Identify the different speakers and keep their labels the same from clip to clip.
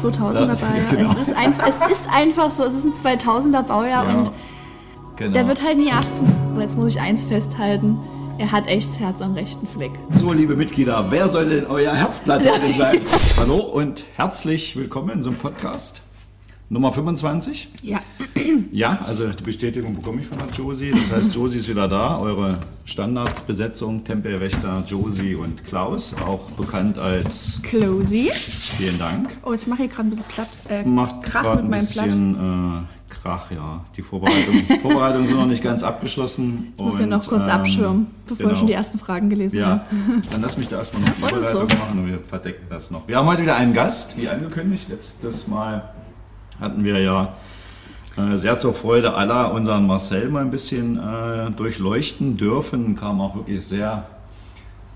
Speaker 1: 2000er
Speaker 2: Ja,
Speaker 1: Baujahr.
Speaker 2: genau.
Speaker 1: Es, ist einfach, es ist einfach so, es ist ein 2000er Baujahr und
Speaker 2: genau.
Speaker 1: der wird halt nie 18. Aber jetzt muss ich eins festhalten, er hat echt das Herz am rechten Fleck.
Speaker 2: So, liebe Mitglieder, wer soll denn euer Herzblatt heute sein? Hallo und herzlich willkommen in so einem Podcast. Nummer 25.
Speaker 1: Ja.
Speaker 2: Ja, also die Bestätigung bekomme ich von der Josie. Das heißt, Josie ist wieder da. Eure Standardbesetzung, Tempelwächter Josie und Klaus, auch bekannt als
Speaker 1: Closy.
Speaker 2: Vielen Dank.
Speaker 1: Oh, ich mache hier gerade ein bisschen platt. Äh,
Speaker 2: Macht
Speaker 1: Krach
Speaker 2: gerade
Speaker 1: mit
Speaker 2: ein
Speaker 1: meinem Platt.
Speaker 2: bisschen äh, Krach, ja. Die Vorbereitung, Vorbereitungen sind noch nicht ganz abgeschlossen. ähm, genau.
Speaker 1: Ich muss hier noch kurz abschirmen, bevor ich schon die ersten Fragen gelesen
Speaker 2: Ja,
Speaker 1: habe.
Speaker 2: dann lass mich da erstmal noch die
Speaker 1: Oder so.
Speaker 2: Vorbereitung machen und wir verdecken das noch. Wir haben heute wieder einen Gast, wie angekündigt. Letztes Mal hatten wir ja äh, sehr zur Freude aller unseren Marcel mal ein bisschen äh, durchleuchten dürfen. Kamen auch wirklich sehr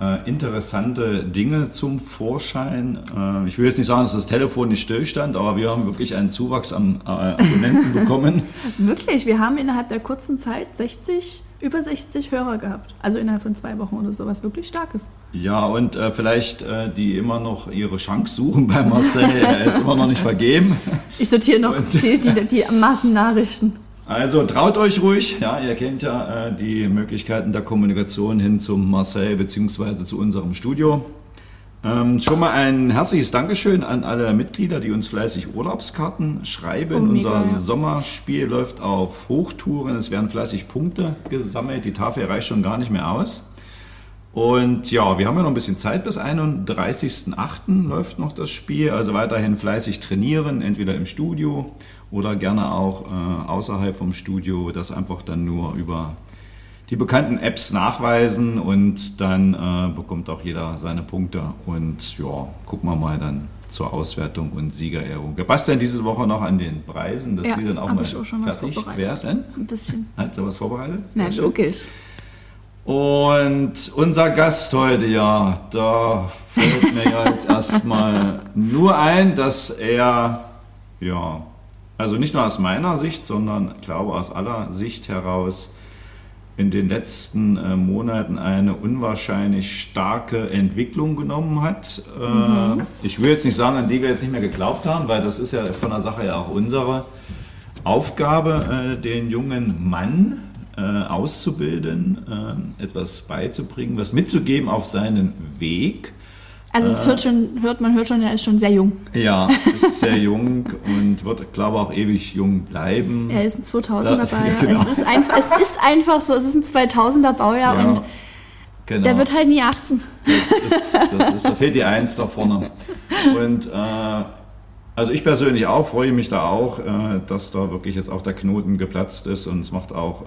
Speaker 2: äh, interessante Dinge zum Vorschein. Äh, ich will jetzt nicht sagen, dass das Telefon nicht stillstand, aber wir haben wirklich einen Zuwachs an äh, Abonnenten bekommen.
Speaker 1: Wirklich, wir haben innerhalb der kurzen Zeit 60, über 60 Hörer gehabt. Also innerhalb von zwei Wochen oder so, was wirklich stark ist.
Speaker 2: Ja, und äh, vielleicht äh, die immer noch ihre Chance suchen bei Marcel. er ist immer noch nicht vergeben.
Speaker 1: Ich sortiere noch die, die, die Massennachrichten.
Speaker 2: Also traut euch ruhig. Ja, ihr kennt ja äh, die Möglichkeiten der Kommunikation hin zum Marcel bzw. zu unserem Studio. Ähm, schon mal ein herzliches Dankeschön an alle Mitglieder, die uns fleißig Urlaubskarten schreiben.
Speaker 1: Oh, mega,
Speaker 2: Unser
Speaker 1: ja.
Speaker 2: Sommerspiel läuft auf Hochtouren. Es werden fleißig Punkte gesammelt. Die Tafel reicht schon gar nicht mehr aus. Und ja, wir haben ja noch ein bisschen Zeit bis 31.08. läuft noch das Spiel. Also weiterhin fleißig trainieren, entweder im Studio oder gerne auch äh, außerhalb vom Studio. Das einfach dann nur über die bekannten Apps nachweisen und dann äh, bekommt auch jeder seine Punkte. Und ja, gucken wir mal dann zur Auswertung und Siegerehrung. Wir basteln diese Woche noch an den Preisen, dass
Speaker 1: Ja,
Speaker 2: die dann auch
Speaker 1: hab
Speaker 2: mal
Speaker 1: ich auch schon was
Speaker 2: fertig
Speaker 1: vorbereitet.
Speaker 2: werden.
Speaker 1: Ein bisschen.
Speaker 2: Hat sowas vorbereitet?
Speaker 1: Na,
Speaker 2: Sehr schön.
Speaker 1: logisch.
Speaker 2: Und unser Gast heute, ja, da fällt mir ja jetzt erstmal nur ein, dass er, ja, also nicht nur aus meiner Sicht, sondern ich glaube aus aller Sicht heraus in den letzten äh, Monaten eine unwahrscheinlich starke Entwicklung genommen hat. Äh, Ich will jetzt nicht sagen, an die wir jetzt nicht mehr geglaubt haben, weil das ist ja von der Sache ja auch unsere. Aufgabe, äh, den jungen Mann äh, auszubilden, äh, etwas beizubringen, was mitzugeben auf seinen Weg.
Speaker 1: Also
Speaker 2: Äh.
Speaker 1: es hört schon, hört, man hört schon, er ist schon sehr jung.
Speaker 2: Ja, ist sehr jung und wird, glaube ich, auch ewig jung bleiben.
Speaker 1: Er ist ein 2000er
Speaker 2: Ja,
Speaker 1: Baujahr.
Speaker 2: genau.
Speaker 1: Es, ist einfach, es ist einfach so, es ist ein 2000er Baujahr
Speaker 2: Ja,
Speaker 1: und
Speaker 2: genau.
Speaker 1: der wird halt nie 18.
Speaker 2: das ist, das ist, da fehlt die Eins da vorne. Und äh, also ich persönlich auch, freue mich da auch, äh, dass da wirklich jetzt auch der Knoten geplatzt ist und es macht auch äh,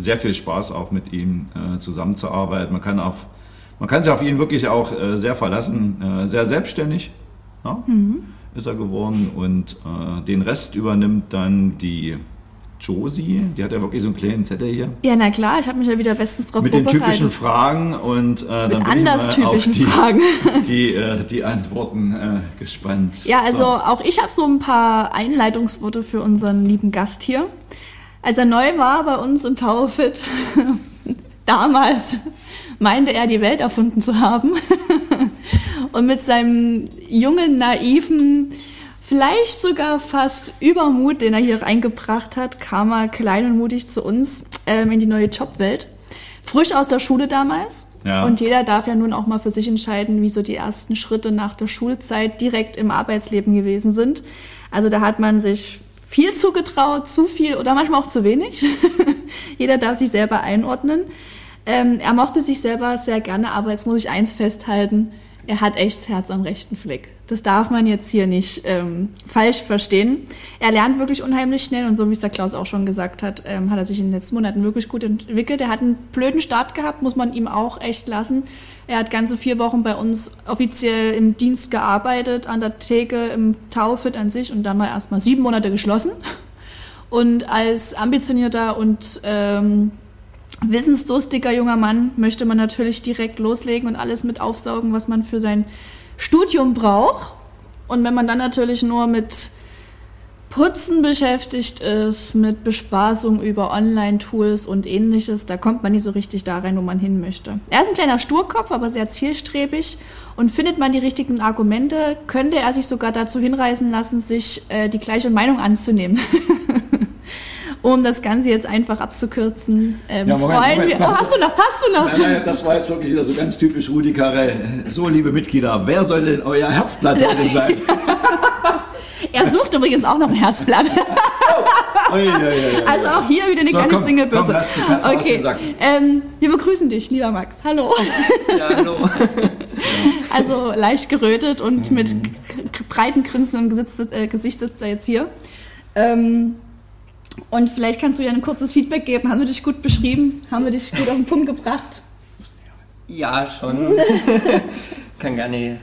Speaker 2: sehr viel Spaß, auch mit ihm äh, zusammenzuarbeiten. Man kann auf man kann sich auf ihn wirklich auch äh, sehr verlassen, äh, sehr selbstständig ja,
Speaker 1: Mhm.
Speaker 2: ist er geworden und äh, den Rest übernimmt dann die Josie, die hat ja wirklich so einen kleinen Zettel hier
Speaker 1: Ja, na klar, ich habe mich ja wieder bestens drauf
Speaker 2: mit den
Speaker 1: vorbereitet.
Speaker 2: typischen Fragen und äh, dann
Speaker 1: mit
Speaker 2: bin
Speaker 1: anders
Speaker 2: ich mal auf
Speaker 1: typischen
Speaker 2: die,
Speaker 1: Fragen.
Speaker 2: die, äh, die Antworten äh, gespannt.
Speaker 1: Ja, also
Speaker 2: So.
Speaker 1: auch ich habe so ein paar Einleitungsworte für unseren lieben Gast hier. Als er neu war bei uns im Taufit, damals meinte er, die Welt erfunden zu haben. Und mit seinem jungen, naiven, vielleicht sogar fast Übermut, den er hier reingebracht hat, kam er klein und mutig zu uns ähm, in die neue Jobwelt. Frisch aus der Schule damals.
Speaker 2: Ja.
Speaker 1: Und jeder darf ja nun auch mal für sich entscheiden, wie so die ersten Schritte nach der Schulzeit direkt im Arbeitsleben gewesen sind. Also da hat man sich viel zugetraut, zu viel oder manchmal auch zu wenig. jeder darf sich selber einordnen. Ähm, er mochte sich selber sehr gerne, aber jetzt muss ich eins festhalten, er hat echt das Herz am rechten Fleck. Das darf man jetzt hier nicht ähm, falsch verstehen. Er lernt wirklich unheimlich schnell und so wie es der Klaus auch schon gesagt hat, ähm, hat er sich in den letzten Monaten wirklich gut entwickelt. Er hat einen blöden Start gehabt, muss man ihm auch echt lassen. Er hat ganze vier Wochen bei uns offiziell im Dienst gearbeitet, an der Theke, im Taufit an sich und dann mal erstmal sieben Monate geschlossen. Und als ambitionierter und ähm, wissensdurstiger junger Mann möchte man natürlich direkt loslegen und alles mit aufsaugen, was man für sein Studium braucht. Und wenn man dann natürlich nur mit Putzen beschäftigt ist, mit Bespaßung über Online-Tools und ähnliches, da kommt man nicht so richtig da rein, wo man hin möchte. Er ist ein kleiner Sturkopf, aber sehr zielstrebig und findet man die richtigen Argumente, könnte er sich sogar dazu hinreißen lassen, sich äh, die gleiche Meinung anzunehmen. um das Ganze jetzt einfach abzukürzen, ähm,
Speaker 2: Ja, Moment,
Speaker 1: freuen
Speaker 2: Moment.
Speaker 1: wir. Oh, hast du noch? Hast du noch?
Speaker 2: Nein, nein, das war jetzt wirklich wieder so ganz typisch Rudi Carell. So, liebe Mitglieder, wer sollte denn euer Herzblatt heute sein?
Speaker 1: Er sucht übrigens auch noch ein Herzblatt.
Speaker 2: Ui, ui, ui, ui.
Speaker 1: Also auch hier wieder eine
Speaker 2: So,
Speaker 1: kleine
Speaker 2: komm,
Speaker 1: Singlebörse.
Speaker 2: komm, lass die Katze aus dem Sack.
Speaker 1: ähm, wir begrüßen dich, lieber Max. Hallo.
Speaker 2: Ja, hallo.
Speaker 1: Also leicht gerötet und mit k- k- breiten Grinsen im Gesicht, sitzt- äh, Gesicht sitzt er jetzt hier. Ähm, und vielleicht kannst du ja ein kurzes Feedback geben. Haben wir dich gut beschrieben? Haben wir dich gut auf den Punkt gebracht?
Speaker 3: Ja, schon. kann gar nicht.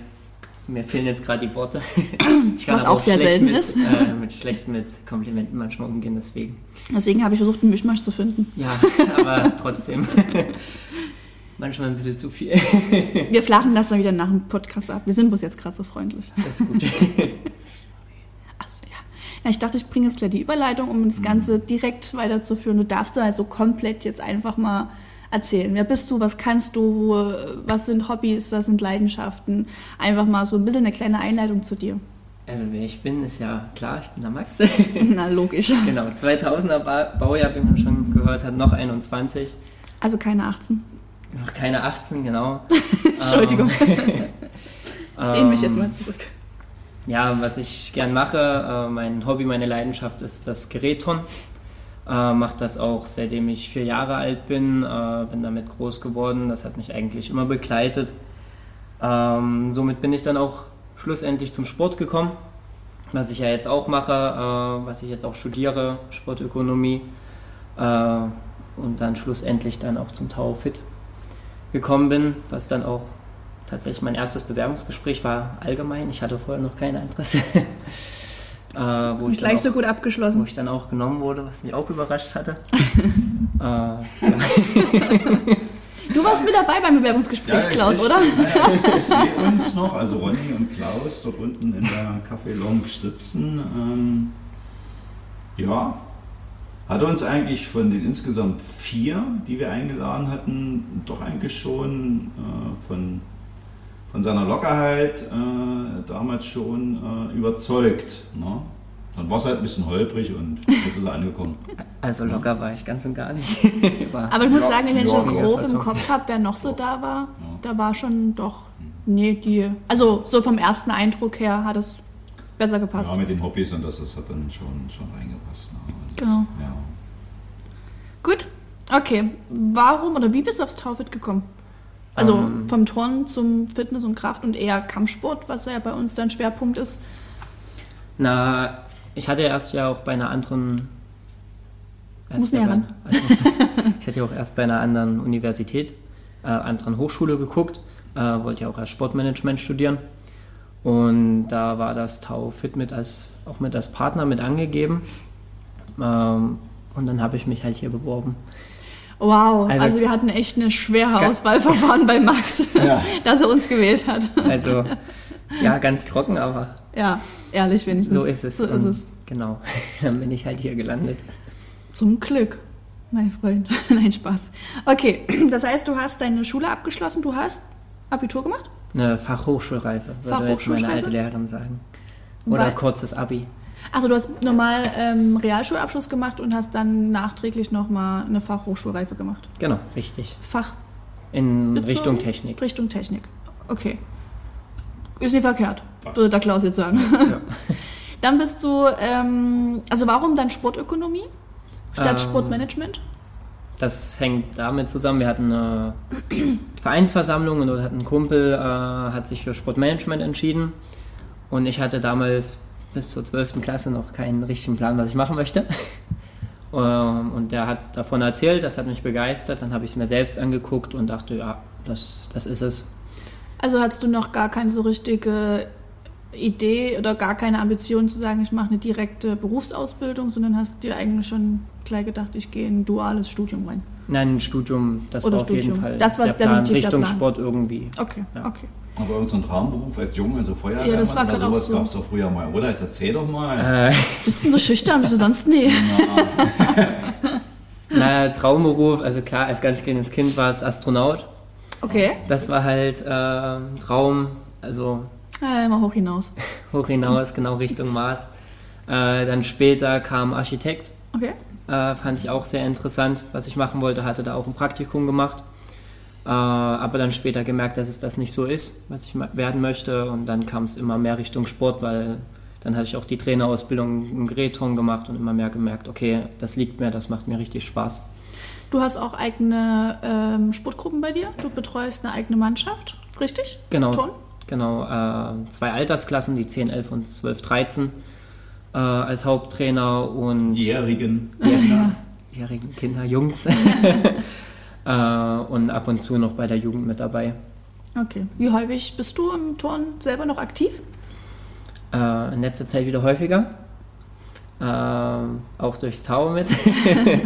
Speaker 3: Mir fehlen jetzt gerade die Worte. Ich
Speaker 1: Was auch sehr
Speaker 3: schlecht
Speaker 1: selten
Speaker 3: mit,
Speaker 1: ist.
Speaker 3: Äh, mit schlecht mit Komplimenten manchmal umgehen, deswegen.
Speaker 1: Deswegen habe ich versucht, einen Mischmasch zu finden.
Speaker 3: Ja, aber trotzdem. manchmal ein bisschen zu viel.
Speaker 1: Wir flachen das dann wieder nach dem Podcast ab. Wir sind bloß jetzt gerade so freundlich.
Speaker 3: Das ist gut.
Speaker 1: Also, ja. ja, ich dachte, ich bringe jetzt gleich die Überleitung, um das Ganze direkt weiterzuführen. Du darfst dann also komplett jetzt einfach mal erzählen. Wer bist du? Was kannst du? Wo, was sind Hobbys? Was sind Leidenschaften? Einfach mal so ein bisschen eine kleine Einleitung zu dir.
Speaker 3: Also wer ich bin, ist ja klar, ich bin der Max.
Speaker 1: Na, logisch.
Speaker 3: genau, 2000er Ba- Baujahr, wie man schon gehört hat, noch 21.
Speaker 1: Also keine 18.
Speaker 3: Noch keine 18, genau. Ähm,
Speaker 1: Entschuldigung. Ich lehne mich jetzt mal zurück.
Speaker 3: Ja, was ich gern mache, äh, mein Hobby, meine Leidenschaft ist das Gerätturnen. Äh, Mache das auch seitdem ich vier Jahre alt bin, äh, bin damit groß geworden, das hat mich eigentlich immer begleitet. Ähm, somit bin ich dann auch schlussendlich zum Sport gekommen, was ich ja jetzt auch mache, äh, was ich jetzt auch studiere, Sportökonomie äh, und dann schlussendlich dann auch zum Tau Fit gekommen bin, was dann auch tatsächlich mein erstes Bewerbungsgespräch war allgemein. Ich hatte vorher noch kein anderes. äh, wo
Speaker 1: Und
Speaker 3: ich dann
Speaker 1: gleich
Speaker 3: auch-
Speaker 1: so gut
Speaker 3: wo
Speaker 1: abgeschlossen.
Speaker 3: ich dann auch genommen wurde, was mich auch überrascht hatte. äh, ja.
Speaker 1: Du warst mit dabei beim Bewerbungsgespräch,
Speaker 2: Ja, ich
Speaker 1: Klaus,
Speaker 2: seh-
Speaker 1: oder?
Speaker 2: Ich sehe uns noch, also Ronny und Klaus, dort unten in der Café Lounge sitzen. Ähm, ja, hat uns eigentlich von den insgesamt vier, die wir eingeladen hatten, doch eigentlich schon äh, von, von seiner Lockerheit äh, damals schon äh, überzeugt. Ne? Dann war es halt ein bisschen holprig und jetzt ist er angekommen.
Speaker 3: Also locker war ich ganz und gar nicht. war,
Speaker 1: Aber ich muss
Speaker 2: Ja,
Speaker 1: sagen, wenn ich
Speaker 2: ja,
Speaker 1: schon
Speaker 3: mega
Speaker 1: grob im
Speaker 3: vollkommen.
Speaker 1: Kopf habe, wer noch so da war,
Speaker 2: Ja.
Speaker 1: da war schon doch, nee, die, also so vom ersten Eindruck her hat es besser gepasst.
Speaker 2: Ja, mit den Hobbys und das, das hat dann schon, schon reingepasst. Ne? Also,
Speaker 1: Genau.
Speaker 2: Ja.
Speaker 1: Gut, okay. Warum oder wie bist du aufs Taufit gekommen? Also
Speaker 3: Ähm.
Speaker 1: vom Turnen zum Fitness und Kraft und eher Kampfsport, was ja bei uns dann Schwerpunkt ist.
Speaker 3: na, ich hatte erst ja auch bei einer anderen. erst
Speaker 1: Muss näher
Speaker 3: bei-
Speaker 1: ran.
Speaker 3: Also, ich hatte ja auch erst bei einer anderen Universität, äh, anderen Hochschule geguckt, äh, wollte ja auch erst Sportmanagement studieren. Und da war das Tau Fit mit als, auch mit als Partner mit angegeben. Ähm, und dann habe ich mich halt hier beworben.
Speaker 1: Wow, also,
Speaker 3: Also-
Speaker 1: wir hatten echt eine schwere
Speaker 3: Ga-
Speaker 1: Auswahlverfahren bei Max,
Speaker 2: Ja.
Speaker 1: dass er uns gewählt hat.
Speaker 3: Also, ja, ganz trocken, aber
Speaker 1: Ja, ehrlich wenigstens.
Speaker 3: So ist es.
Speaker 1: So ist
Speaker 3: Und
Speaker 1: es.
Speaker 3: Genau. Dann bin ich halt hier gelandet.
Speaker 1: Zum Glück, mein Freund. Nein, Spaß. Okay, das heißt, du hast deine Schule abgeschlossen, du hast Abitur gemacht?
Speaker 3: Eine Fachhochschulreife, würde jetzt meine
Speaker 1: Fachhochschulreife?
Speaker 3: alte Lehrerin sagen. Oder
Speaker 1: Weil-
Speaker 3: kurzes Abi.
Speaker 1: Also du hast normal ähm, Realschulabschluss gemacht und hast dann nachträglich nochmal eine Fachhochschulreife gemacht.
Speaker 3: Genau, richtig.
Speaker 1: Fach
Speaker 3: In
Speaker 1: Bezogen?
Speaker 3: Richtung Technik.
Speaker 1: Richtung Technik. Okay. Ist nicht verkehrt, würde der Klaus jetzt sagen.
Speaker 2: Ja.
Speaker 1: Dann bist du, ähm, also warum dann Sportökonomie statt
Speaker 3: Ähm,
Speaker 1: Sportmanagement?
Speaker 3: Das hängt damit zusammen. Wir hatten eine Vereinsversammlung und dort hat ein Kumpel äh, hat sich für Sportmanagement entschieden. Und ich hatte damals bis zur 12. Klasse noch keinen richtigen Plan, was ich machen möchte. Ähm, und der hat davon erzählt, das hat mich begeistert. Dann habe ich es mir selbst angeguckt und dachte, ja, das, das ist es.
Speaker 1: Also hattest du noch gar keine so richtige Idee oder gar keine Ambition zu sagen, ich mache eine direkte Berufsausbildung, sondern hast dir eigentlich schon gleich gedacht, ich gehe in ein duales Studium rein.
Speaker 3: Nein, ein Studium, das
Speaker 1: Oder
Speaker 3: war auf
Speaker 1: Studium.
Speaker 3: jeden Fall
Speaker 1: Das war
Speaker 3: der Plan,
Speaker 1: definitiv der
Speaker 3: Richtung
Speaker 1: Plan.
Speaker 3: Sport irgendwie.
Speaker 1: Okay,
Speaker 3: Ja.
Speaker 1: okay.
Speaker 2: Aber irgendein Traumberuf als Junge, so Feuerwehrmann
Speaker 1: Ja, das war
Speaker 2: oder
Speaker 1: grad auch
Speaker 2: sowas
Speaker 1: so.
Speaker 2: gab es doch früher mal, oder? Jetzt erzähl doch mal.
Speaker 3: Äh,
Speaker 1: Bist du so schüchtern, bist du sonst nie?
Speaker 3: na, Traumberuf, also klar, als ganz kleines Kind war es Astronaut.
Speaker 1: Okay,
Speaker 3: Das war halt äh, ein Traum, also
Speaker 1: äh, mal hoch hinaus.
Speaker 3: hoch hinaus, genau Richtung Mars. Äh, dann später kam Architekt,
Speaker 1: Okay,
Speaker 3: äh, fand ich auch sehr interessant, was ich machen wollte, hatte da auch ein Praktikum gemacht. Äh, aber dann später gemerkt, dass es das nicht so ist, was ich ma- werden möchte. Und dann kam es immer mehr Richtung Sport, weil dann hatte ich auch die Trainerausbildung im Geräton gemacht und immer mehr gemerkt, okay, das liegt mir, das macht mir richtig Spaß.
Speaker 1: du hast auch eigene ähm, Sportgruppen bei dir. Du betreust eine eigene Mannschaft, richtig?
Speaker 3: Genau.
Speaker 1: Ton?
Speaker 3: Genau, äh, zwei Altersklassen, die 10, 11 und 12, 13 äh, als Haupttrainer und
Speaker 2: Jährigen.
Speaker 3: jährigen Kinder, Jungs. äh, und ab und zu noch bei der Jugend mit dabei.
Speaker 1: Okay. Wie häufig bist du im Turn selber noch aktiv?
Speaker 3: Äh, in letzter Zeit wieder häufiger. Ähm, auch durchs Tau mit.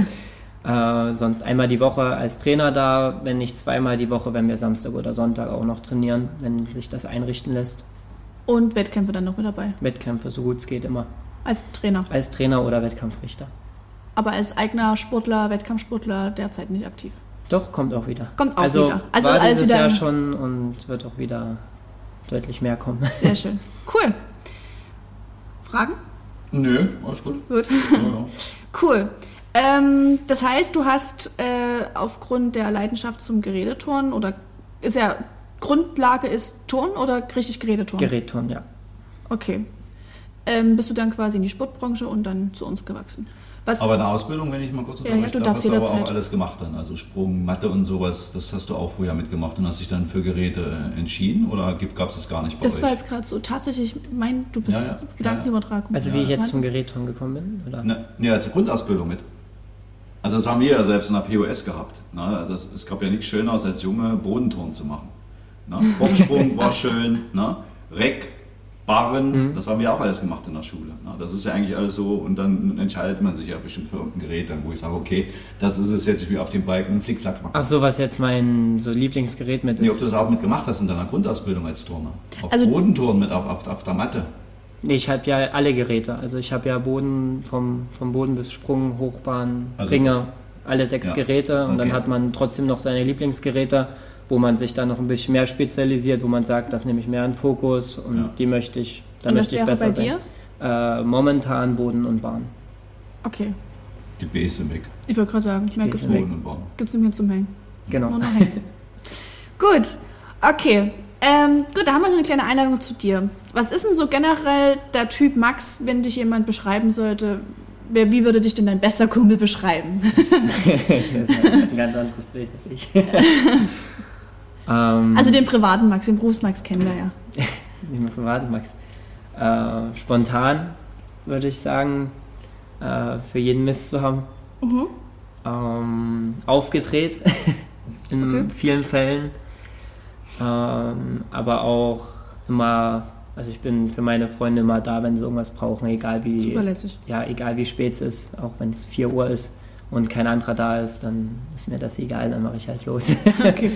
Speaker 3: äh, sonst einmal die Woche als Trainer da, wenn nicht zweimal die Woche, wenn wir Samstag oder Sonntag auch noch trainieren, wenn sich das einrichten lässt.
Speaker 1: Und Wettkämpfe dann noch mit dabei,
Speaker 3: Wettkämpfe, so gut es geht immer.
Speaker 1: als Trainer.
Speaker 3: Als Trainer oder Wettkampfrichter.
Speaker 1: Aber als eigener Sportler, Wettkampfsportler derzeit nicht aktiv.
Speaker 3: Doch, kommt auch wieder.
Speaker 1: Kommt auch
Speaker 3: also,
Speaker 1: wieder. Also
Speaker 3: war
Speaker 1: alles
Speaker 3: dieses
Speaker 1: wieder
Speaker 3: Jahr
Speaker 1: im-
Speaker 3: schon und wird auch wieder deutlich mehr kommen.
Speaker 1: Sehr schön. Cool. Fragen?
Speaker 2: Nö, alles gut.
Speaker 1: Gut.
Speaker 2: Ja, ja.
Speaker 1: Cool. Ähm, das heißt, du hast äh, aufgrund der Leidenschaft zum Geräteturnen oder ist ja Grundlage ist Turnen oder griechisch Geräteturnen?
Speaker 3: Gerätturnen, ja.
Speaker 1: Okay. Ähm, bist du dann quasi in die Sportbranche und dann zu uns gewachsen? Was?
Speaker 2: Aber eine Ausbildung, wenn ich mal kurz
Speaker 1: Ja, ja, du
Speaker 2: da
Speaker 1: darfst
Speaker 2: hast du aber
Speaker 1: jederzeit.
Speaker 2: auch alles gemacht dann. Also Sprung, Mathe und sowas, das hast du auch früher mitgemacht und hast dich dann für Geräte äh, entschieden oder gab es das gar nicht bei
Speaker 1: das
Speaker 2: euch?
Speaker 1: war jetzt gerade so tatsächlich mein, du bist
Speaker 2: Ja, ja.
Speaker 1: Gedankenübertragung.
Speaker 3: Also wie ich jetzt
Speaker 1: Warte.
Speaker 3: zum Gerätturnen gekommen bin? Oder?
Speaker 2: Ne, ne, als Grundausbildung mit. Also das haben wir ja selbst in der POS gehabt. Ne? Das, es gab ja nichts Schöneres, als junge Bodenturn zu machen. Ne? Bocksprung war schön, ne? Reck, Barren, das haben wir auch alles gemacht in der Schule. Ne? Das ist ja eigentlich alles so und dann entscheidet man sich ja bestimmt für irgendein Gerät, dann, wo ich sage, okay, das ist es jetzt, ich will auf dem Balken einen Flickflack machen.
Speaker 3: Ach so, was jetzt mein so Lieblingsgerät mit
Speaker 2: Nee, ob
Speaker 3: ist.
Speaker 2: du das auch mitgemacht hast in deiner Grundausbildung als Turner. Auch
Speaker 1: Also-
Speaker 2: Bodenturn mit auf, auf, auf der Matte.
Speaker 3: Nee, ich habe ja alle Geräte. Also ich habe ja Boden vom, vom Boden bis Sprung, Hochbahn,
Speaker 2: Also-
Speaker 3: Ringe, alle sechs
Speaker 2: Ja.
Speaker 3: Geräte. Und dann
Speaker 2: Okay.
Speaker 3: hat man trotzdem noch seine Lieblingsgeräte, wo man sich dann noch ein bisschen mehr spezialisiert, wo man sagt, das nehme ich mehr in den Fokus und
Speaker 2: Ja.
Speaker 3: die möchte ich, da
Speaker 1: Und das
Speaker 3: möchte ich
Speaker 1: wäre
Speaker 3: besser
Speaker 1: bei dir?
Speaker 3: sein. Äh, momentan Boden und Bahn.
Speaker 1: Okay.
Speaker 2: Die Besemic.
Speaker 1: Ich wollte gerade sagen, mehr gibt's
Speaker 3: Basic.
Speaker 1: nicht
Speaker 2: Boden und Baum.
Speaker 1: gibt's nicht mehr zum Hängen.
Speaker 3: Genau.
Speaker 1: Nur noch hängen. gut, okay. Ähm, gut, da haben wir so eine kleine Einladung zu dir. Was ist denn so generell der Typ Max, wenn dich jemand beschreiben sollte? Wer, wie würde dich denn dein bester Kumpel beschreiben?
Speaker 3: ein ganz anderes Bild als ich. ähm,
Speaker 1: Also den privaten Max, den Berufsmax kennen wir ja.
Speaker 3: Nicht mehr privaten Max. Äh, spontan würde ich sagen, äh, für jeden Mist zu haben.
Speaker 1: Mhm.
Speaker 3: Ähm, aufgedreht in
Speaker 1: Okay.
Speaker 3: vielen Fällen. Ähm, aber auch immer, also ich bin für meine Freunde immer da, wenn sie irgendwas brauchen, egal wie,
Speaker 1: Zuverlässig.
Speaker 3: ja, egal wie spät es ist, auch wenn es 4 Uhr ist und kein anderer da ist, dann ist mir das egal, dann mache ich halt los.
Speaker 1: Okay.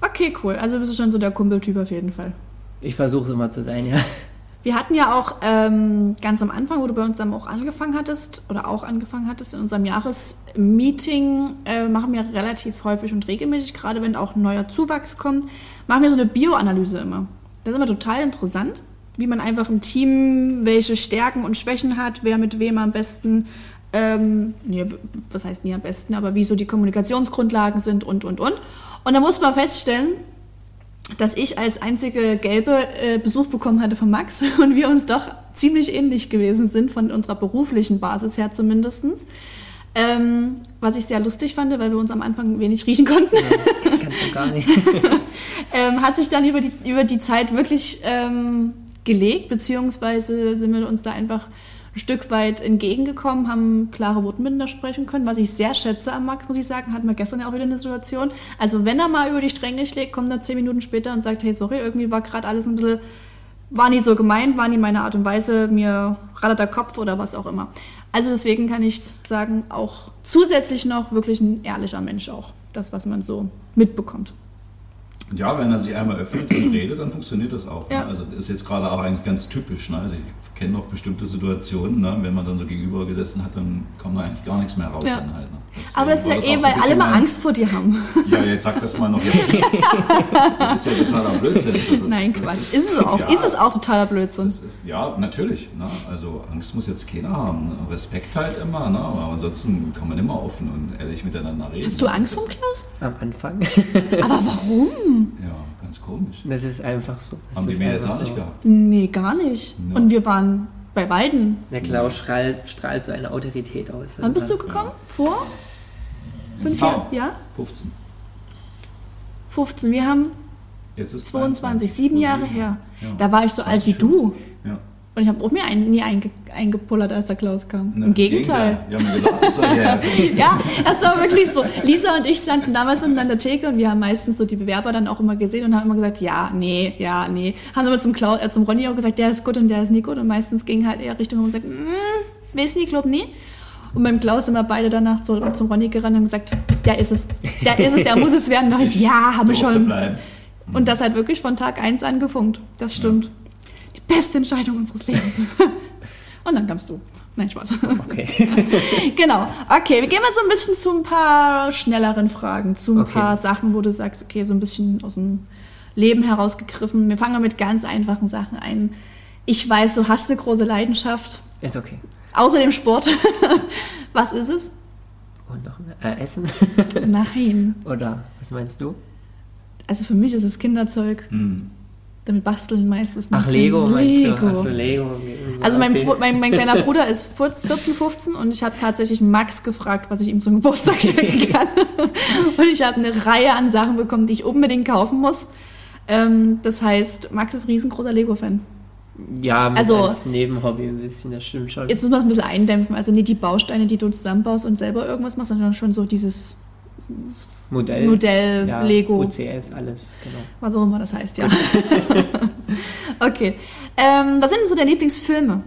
Speaker 1: Okay, cool. Also bist du schon so der Kumpeltyp auf jeden Fall.
Speaker 3: ich versuche es immer zu sein, ja.
Speaker 1: Wir hatten ja auch ähm, ganz am Anfang, wo du bei uns dann auch angefangen hattest oder auch angefangen hattest, in unserem Jahresmeeting äh, machen wir relativ häufig und regelmäßig, gerade wenn auch ein neuer Zuwachs kommt, machen wir so eine Bioanalyse immer. Das ist immer total interessant, wie man einfach im Team welche Stärken und Schwächen hat, wer mit wem am besten, ähm, nee, was heißt nie am besten, aber wie so die Kommunikationsgrundlagen sind und, und, und. Und da muss man feststellen, dass ich als einzige Gelbe äh, Besuch bekommen hatte von Max und wir uns doch ziemlich ähnlich gewesen sind, von unserer beruflichen Basis her zumindestens, Ähm, was ich sehr lustig fand, weil wir uns am Anfang wenig riechen konnten
Speaker 3: Kannst du gar nicht.
Speaker 1: ähm, hat sich dann über die, über die Zeit wirklich ähm, gelegt, beziehungsweise sind wir uns da einfach ein Stück weit entgegengekommen, haben klare Wortminder sprechen können, was ich sehr schätze am Max, muss ich sagen, hatten wir gestern ja auch wieder eine Situation. Also wenn er mal über die Stränge schlägt, kommt er zehn Minuten später und sagt, hey, sorry, irgendwie war gerade alles ein bisschen war nie so gemeint, war nie meine Art und Weise, mir rattert der Kopf oder was auch immer. Also deswegen kann ich sagen, auch zusätzlich noch wirklich ein ehrlicher Mensch auch. Das, was man so mitbekommt.
Speaker 2: Ja, wenn er sich einmal öffnet und redet, dann funktioniert das auch.
Speaker 1: Ja.
Speaker 2: Ne? Also das ist jetzt gerade auch eigentlich ganz typisch. Ne? Also ich kenne noch bestimmte Situationen, ne? wenn man dann so gegenüber gesessen hat, dann kommt da eigentlich gar nichts mehr raus.
Speaker 1: Ja.
Speaker 2: Dann halt, ne? Deswegen
Speaker 1: Aber das ist
Speaker 2: war
Speaker 1: ja
Speaker 2: auch
Speaker 1: eh,
Speaker 2: so
Speaker 1: weil
Speaker 2: ein
Speaker 1: alle
Speaker 2: bisschen
Speaker 1: mal
Speaker 2: mein-
Speaker 1: Angst vor dir haben.
Speaker 2: Ja, jetzt sag das mal noch. Ja, das ist ja totaler Blödsinn. Das-
Speaker 1: Nein,
Speaker 2: das
Speaker 1: Quatsch. Ist es auch.
Speaker 2: Ja.
Speaker 1: Ist es auch totaler Blödsinn.
Speaker 2: Das ist, ja, natürlich. Ne? Also Angst muss jetzt keiner haben. Ne? Respekt halt immer. Ne? Aber ansonsten kann man immer offen und ehrlich miteinander reden.
Speaker 1: Hast du Angst vor Klaus?
Speaker 3: Am Anfang.
Speaker 1: Aber warum?
Speaker 2: Ja, ganz komisch.
Speaker 3: Das ist einfach so. Das
Speaker 2: haben die
Speaker 3: ist
Speaker 2: Mädels
Speaker 3: einfach
Speaker 2: auch nicht
Speaker 3: so.
Speaker 2: gehabt.
Speaker 1: Nee, gar nicht.
Speaker 2: Ja.
Speaker 1: Und wir waren bei Weiden.
Speaker 3: Der Klaus strahlt, strahlt so eine Autorität aus.
Speaker 1: Wann bist du gekommen? Vor? Fünf
Speaker 2: Tau.
Speaker 1: Jahre? Ja?
Speaker 2: 15.
Speaker 1: 15. Wir haben
Speaker 2: Jetzt ist
Speaker 1: 22, sieben Jahre her.
Speaker 2: Ja.
Speaker 1: Da war ich so alt wie
Speaker 2: 20,
Speaker 1: du.
Speaker 2: 50. Ja.
Speaker 1: Und ich habe auch mir einen, nie einge, eingepullert, als der Klaus kam. Im Gegenteil.
Speaker 2: Wir haben gedacht, das soll herkommen.
Speaker 1: Ja, das war wirklich so. Lisa und ich standen damals unten an der Theke und wir haben meistens so die Bewerber dann auch immer gesehen und haben immer gesagt, ja, nee, ja, nee. Haben immer zum, Klaus, äh, zum Ronny auch gesagt, der ist gut und der ist nicht gut. Und meistens ging halt eher Richtung und gesagt, mm, weiß nie, glaub nie. Und beim Klaus sind wir beide danach so zum Ronny gerannt und haben gesagt, der ist es, der ist es, der muss es werden. Und ich, ja, habe ich
Speaker 2: Durfte
Speaker 1: schon.
Speaker 2: Bleiben.
Speaker 1: Und das halt wirklich von Tag 1 an gefunkt. Das stimmt. Die beste Entscheidung unseres Lebens. und dann kamst du. Nein, Spaß.
Speaker 3: Okay.
Speaker 1: genau. Okay, wir gehen mal so ein bisschen zu ein paar schnelleren Fragen, zu ein
Speaker 3: Okay.
Speaker 1: paar Sachen, wo du sagst, okay, so ein bisschen aus dem Leben herausgegriffen. Wir fangen mal mit ganz einfachen Sachen ein. Ich weiß, du hast eine große Leidenschaft,
Speaker 3: Ist okay.
Speaker 1: außer dem Sport. Was ist es?
Speaker 3: Und noch ein äh, Essen?
Speaker 1: Nein.
Speaker 3: Oder was meinst du?
Speaker 1: Also für mich ist es Kinderzeug.
Speaker 2: Hm.
Speaker 1: Damit basteln meistens
Speaker 3: Ach,
Speaker 1: noch
Speaker 3: Lego
Speaker 1: Kinder.
Speaker 3: meinst
Speaker 1: Lego.
Speaker 3: du? Ach so, Lego.
Speaker 1: Also mein,
Speaker 3: Okay.
Speaker 1: Bro- mein, mein kleiner Bruder ist 14, 15 und ich habe tatsächlich Max gefragt, was ich ihm zum Geburtstag schenken kann. Und ich habe eine Reihe an Sachen bekommen, die ich unbedingt kaufen muss. Ähm, das heißt, Max ist riesengroßer Lego-Fan.
Speaker 3: Ja, mit
Speaker 1: Also-
Speaker 3: als Nebenhobby ein bisschen, das stimmt schon.
Speaker 1: Jetzt müssen wir es ein bisschen eindämpfen. Also nicht die Bausteine, die du zusammenbaust und selber irgendwas machst, sondern schon so dieses
Speaker 3: Modell,
Speaker 1: Modell,
Speaker 3: ja,
Speaker 1: Lego,
Speaker 3: UCS, alles, genau.
Speaker 1: was auch immer das heißt, ja. okay. Ähm, was sind denn so deine Lieblingsfilme?